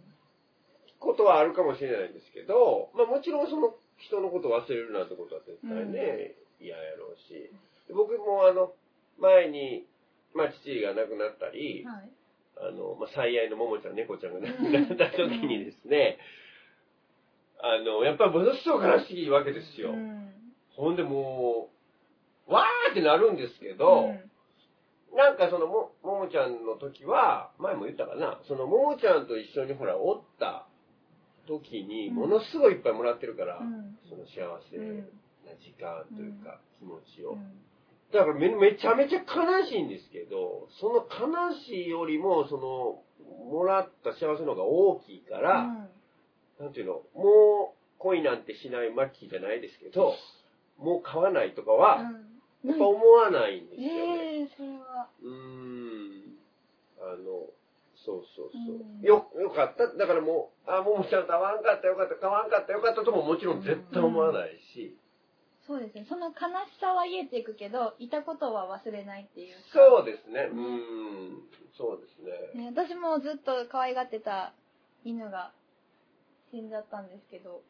[SPEAKER 2] ことはあるかもしれないんですけど、まあ、もちろんその人のことを忘れるなんてことは絶対ね嫌、やろうしで僕もあの前に、まあ、父が亡くなったり、
[SPEAKER 1] はい。
[SPEAKER 2] あの、まあ、最愛のももちゃん、猫ちゃんが亡くなった時にですね、あの、やっぱりものすごく悲しいわけですよ。
[SPEAKER 1] うん。
[SPEAKER 2] ほんでもう、わーってなるんですけど、なんかそのも、ももちゃんの時は、前も言ったかな、そのももちゃんと一緒にほら、おった時に、
[SPEAKER 1] うん
[SPEAKER 2] ものすごいいっぱいもらってるから、
[SPEAKER 1] うん。
[SPEAKER 2] その幸せ
[SPEAKER 1] うん。
[SPEAKER 2] な時間というか、気持ち
[SPEAKER 1] う
[SPEAKER 2] を。
[SPEAKER 1] ん。
[SPEAKER 2] だからめめちゃめちゃ悲しいんですけど、その悲しいよりも、その、もらった幸せの方が大きいから、なんていうの、もう恋なんてしないマッキーじゃないですけど、もう買わないとかは、
[SPEAKER 1] うん。
[SPEAKER 2] やっぱ
[SPEAKER 1] うん
[SPEAKER 2] 思わないんですよね。
[SPEAKER 1] ええ、それは。
[SPEAKER 2] うーん。あの、そうそうそう。
[SPEAKER 1] うん
[SPEAKER 2] よ、よかった。だからもう、あ、ももちゃんと会わんかった、よかった、買わんかった、よかったとももちろん絶対思わないし。
[SPEAKER 1] そうですね。その悲しさは癒えていくけど、いたことは忘れないっていう。
[SPEAKER 2] そうですね。うーん。そうです
[SPEAKER 1] ね、
[SPEAKER 2] ね。
[SPEAKER 1] 私もずっと可愛がってた犬が死んじゃったんですけど、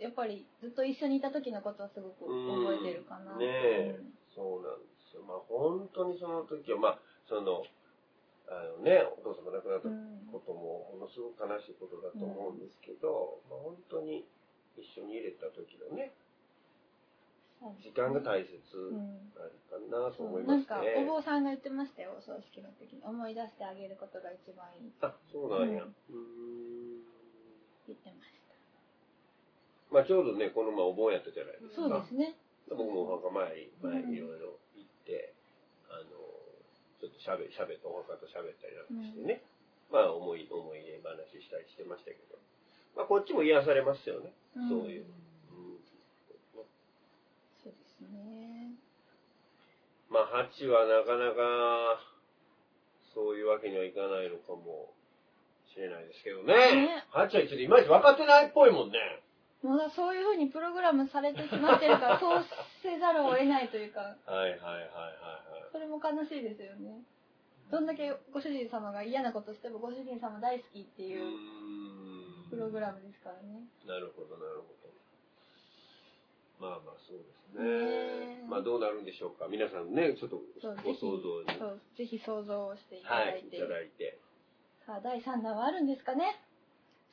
[SPEAKER 1] やっぱりずっと一緒にいた時のことはすごく覚えてるかな。
[SPEAKER 2] うんねえそうなんですよ。まあ本当にその時は、まあ、その、あのね、お父様亡くなった
[SPEAKER 1] うん
[SPEAKER 2] こともものすごく悲しいことだと思うんですけど、まあ本当に一緒に入れた時のね、時間が大切。
[SPEAKER 1] うん
[SPEAKER 2] あるかなと思いま
[SPEAKER 1] な
[SPEAKER 2] す
[SPEAKER 1] ん
[SPEAKER 2] ね
[SPEAKER 1] か。お坊さんが言ってましたよお葬式の時に思い出してあげることが一番いいって
[SPEAKER 2] あ、そうなんや。
[SPEAKER 1] う
[SPEAKER 2] うんーん。
[SPEAKER 1] 言ってました
[SPEAKER 2] まあちょうどね、この前お盆やったじゃないですか。
[SPEAKER 1] そうですね
[SPEAKER 2] 僕もお墓前、前
[SPEAKER 1] うん
[SPEAKER 2] にいろいろ行って、あの、ちょっとしゃべ、しゃべって、お墓としゃべったりなんかしてね。まあ思い、思い出話したりしてましたけど。まあこっちも癒されますよね。
[SPEAKER 1] うん
[SPEAKER 2] そういう。うん
[SPEAKER 1] そうですね
[SPEAKER 2] まあ8はなかなか、そういうわけにはいかないのかもしれないですけどね。
[SPEAKER 1] ね
[SPEAKER 2] 8はちょっといまいち分かってないっぽいもんね。
[SPEAKER 1] まだそういうふうにプログラムされてしまってる からそうせざるを得ないというか
[SPEAKER 2] はいはいはいはいはい。
[SPEAKER 1] それも悲しいですよねどんだけご主人様が嫌なことしてもご主人様大好きって
[SPEAKER 2] う
[SPEAKER 1] いう
[SPEAKER 2] ーん
[SPEAKER 1] プログラムですからね
[SPEAKER 2] なるほどなるほど。まあまあそうです
[SPEAKER 1] ね
[SPEAKER 2] ね。まあどうなるんでしょうか。皆さんね、ちょっと
[SPEAKER 1] そうぜひ
[SPEAKER 2] ご想像に。
[SPEAKER 1] そうぜひ想像をしていた
[SPEAKER 2] は
[SPEAKER 1] だ
[SPEAKER 2] い
[SPEAKER 1] い、
[SPEAKER 2] い
[SPEAKER 1] て、
[SPEAKER 2] ただいて。
[SPEAKER 1] さあ第3弾はあるんですかね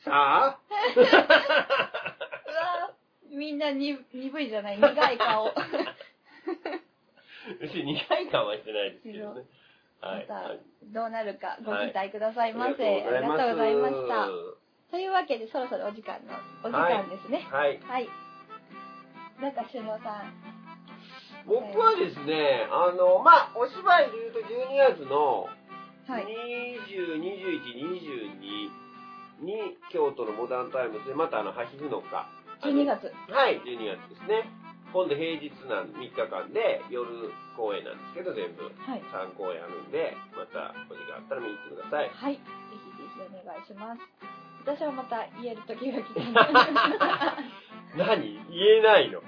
[SPEAKER 2] さあ
[SPEAKER 1] うわーみんなに鈍いじゃない苦い 顔
[SPEAKER 2] 別に苦い感はしてないですけどね。は
[SPEAKER 1] ま
[SPEAKER 2] い。
[SPEAKER 1] た
[SPEAKER 2] はい
[SPEAKER 1] どうなるかご期待くださいませ、
[SPEAKER 2] ありが
[SPEAKER 1] ありがと
[SPEAKER 2] と
[SPEAKER 1] うござ
[SPEAKER 2] うござ
[SPEAKER 1] い
[SPEAKER 2] い
[SPEAKER 1] ま
[SPEAKER 2] ま
[SPEAKER 1] した
[SPEAKER 2] す。
[SPEAKER 1] というわけでそろそろお時間のお時間ですね
[SPEAKER 2] はい。
[SPEAKER 1] はい、なんか俊郎さん
[SPEAKER 2] 僕はですね、あの、まあ、お芝居で言うと12月の
[SPEAKER 1] はい
[SPEAKER 2] 20、21、22に京都のモダンタイムズで、またあの、ハヒフノカ。
[SPEAKER 1] 12月
[SPEAKER 2] はい、12月ですね。今度平日なん3日間で夜公演なんですけど、全部
[SPEAKER 1] はい
[SPEAKER 2] 3公演あるんで、またお時間あったら見に来てください。
[SPEAKER 1] はいぜひぜひお願いします私はまた言える時が来て
[SPEAKER 2] 何言えないの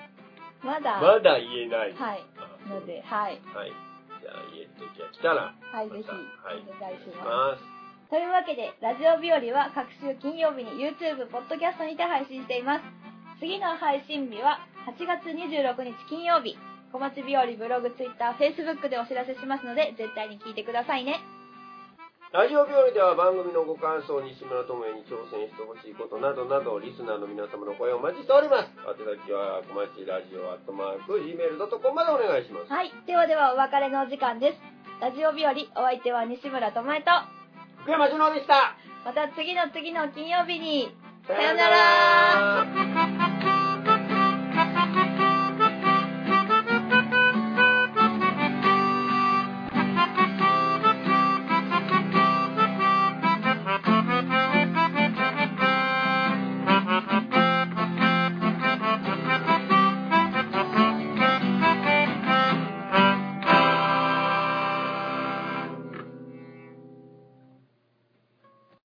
[SPEAKER 1] まだ
[SPEAKER 2] まだ言えない。
[SPEAKER 1] はい
[SPEAKER 2] あ
[SPEAKER 1] の。ではい
[SPEAKER 2] はい。じゃあ言える時が来たら、
[SPEAKER 1] はいぜひ
[SPEAKER 2] はい
[SPEAKER 1] お願いし
[SPEAKER 2] お願いし
[SPEAKER 1] ます
[SPEAKER 2] ます。
[SPEAKER 1] というわけで、ラジオ日和は各週金曜日に YouTube、ポッドキャストにて配信しています。次の配信日は8月26日金曜日。小町日和ブログ、Twitter、Facebook でお知らせしますので、絶対に聞いてくださいね。
[SPEAKER 2] ラジオ日和では番組のご感想、西村智也に挑戦してほしいことなどなど、リスナーの皆様の声をお待ちしております。宛先は、小町ラジオアットマーク、gmail.com までお願いします。
[SPEAKER 1] はい。ではではお別れのお時間です。ラジオ日和、お相手は西村智恵と、
[SPEAKER 2] 福山潤でした
[SPEAKER 1] また次の次の金曜日に、
[SPEAKER 2] さ
[SPEAKER 1] さよなら
[SPEAKER 2] よなら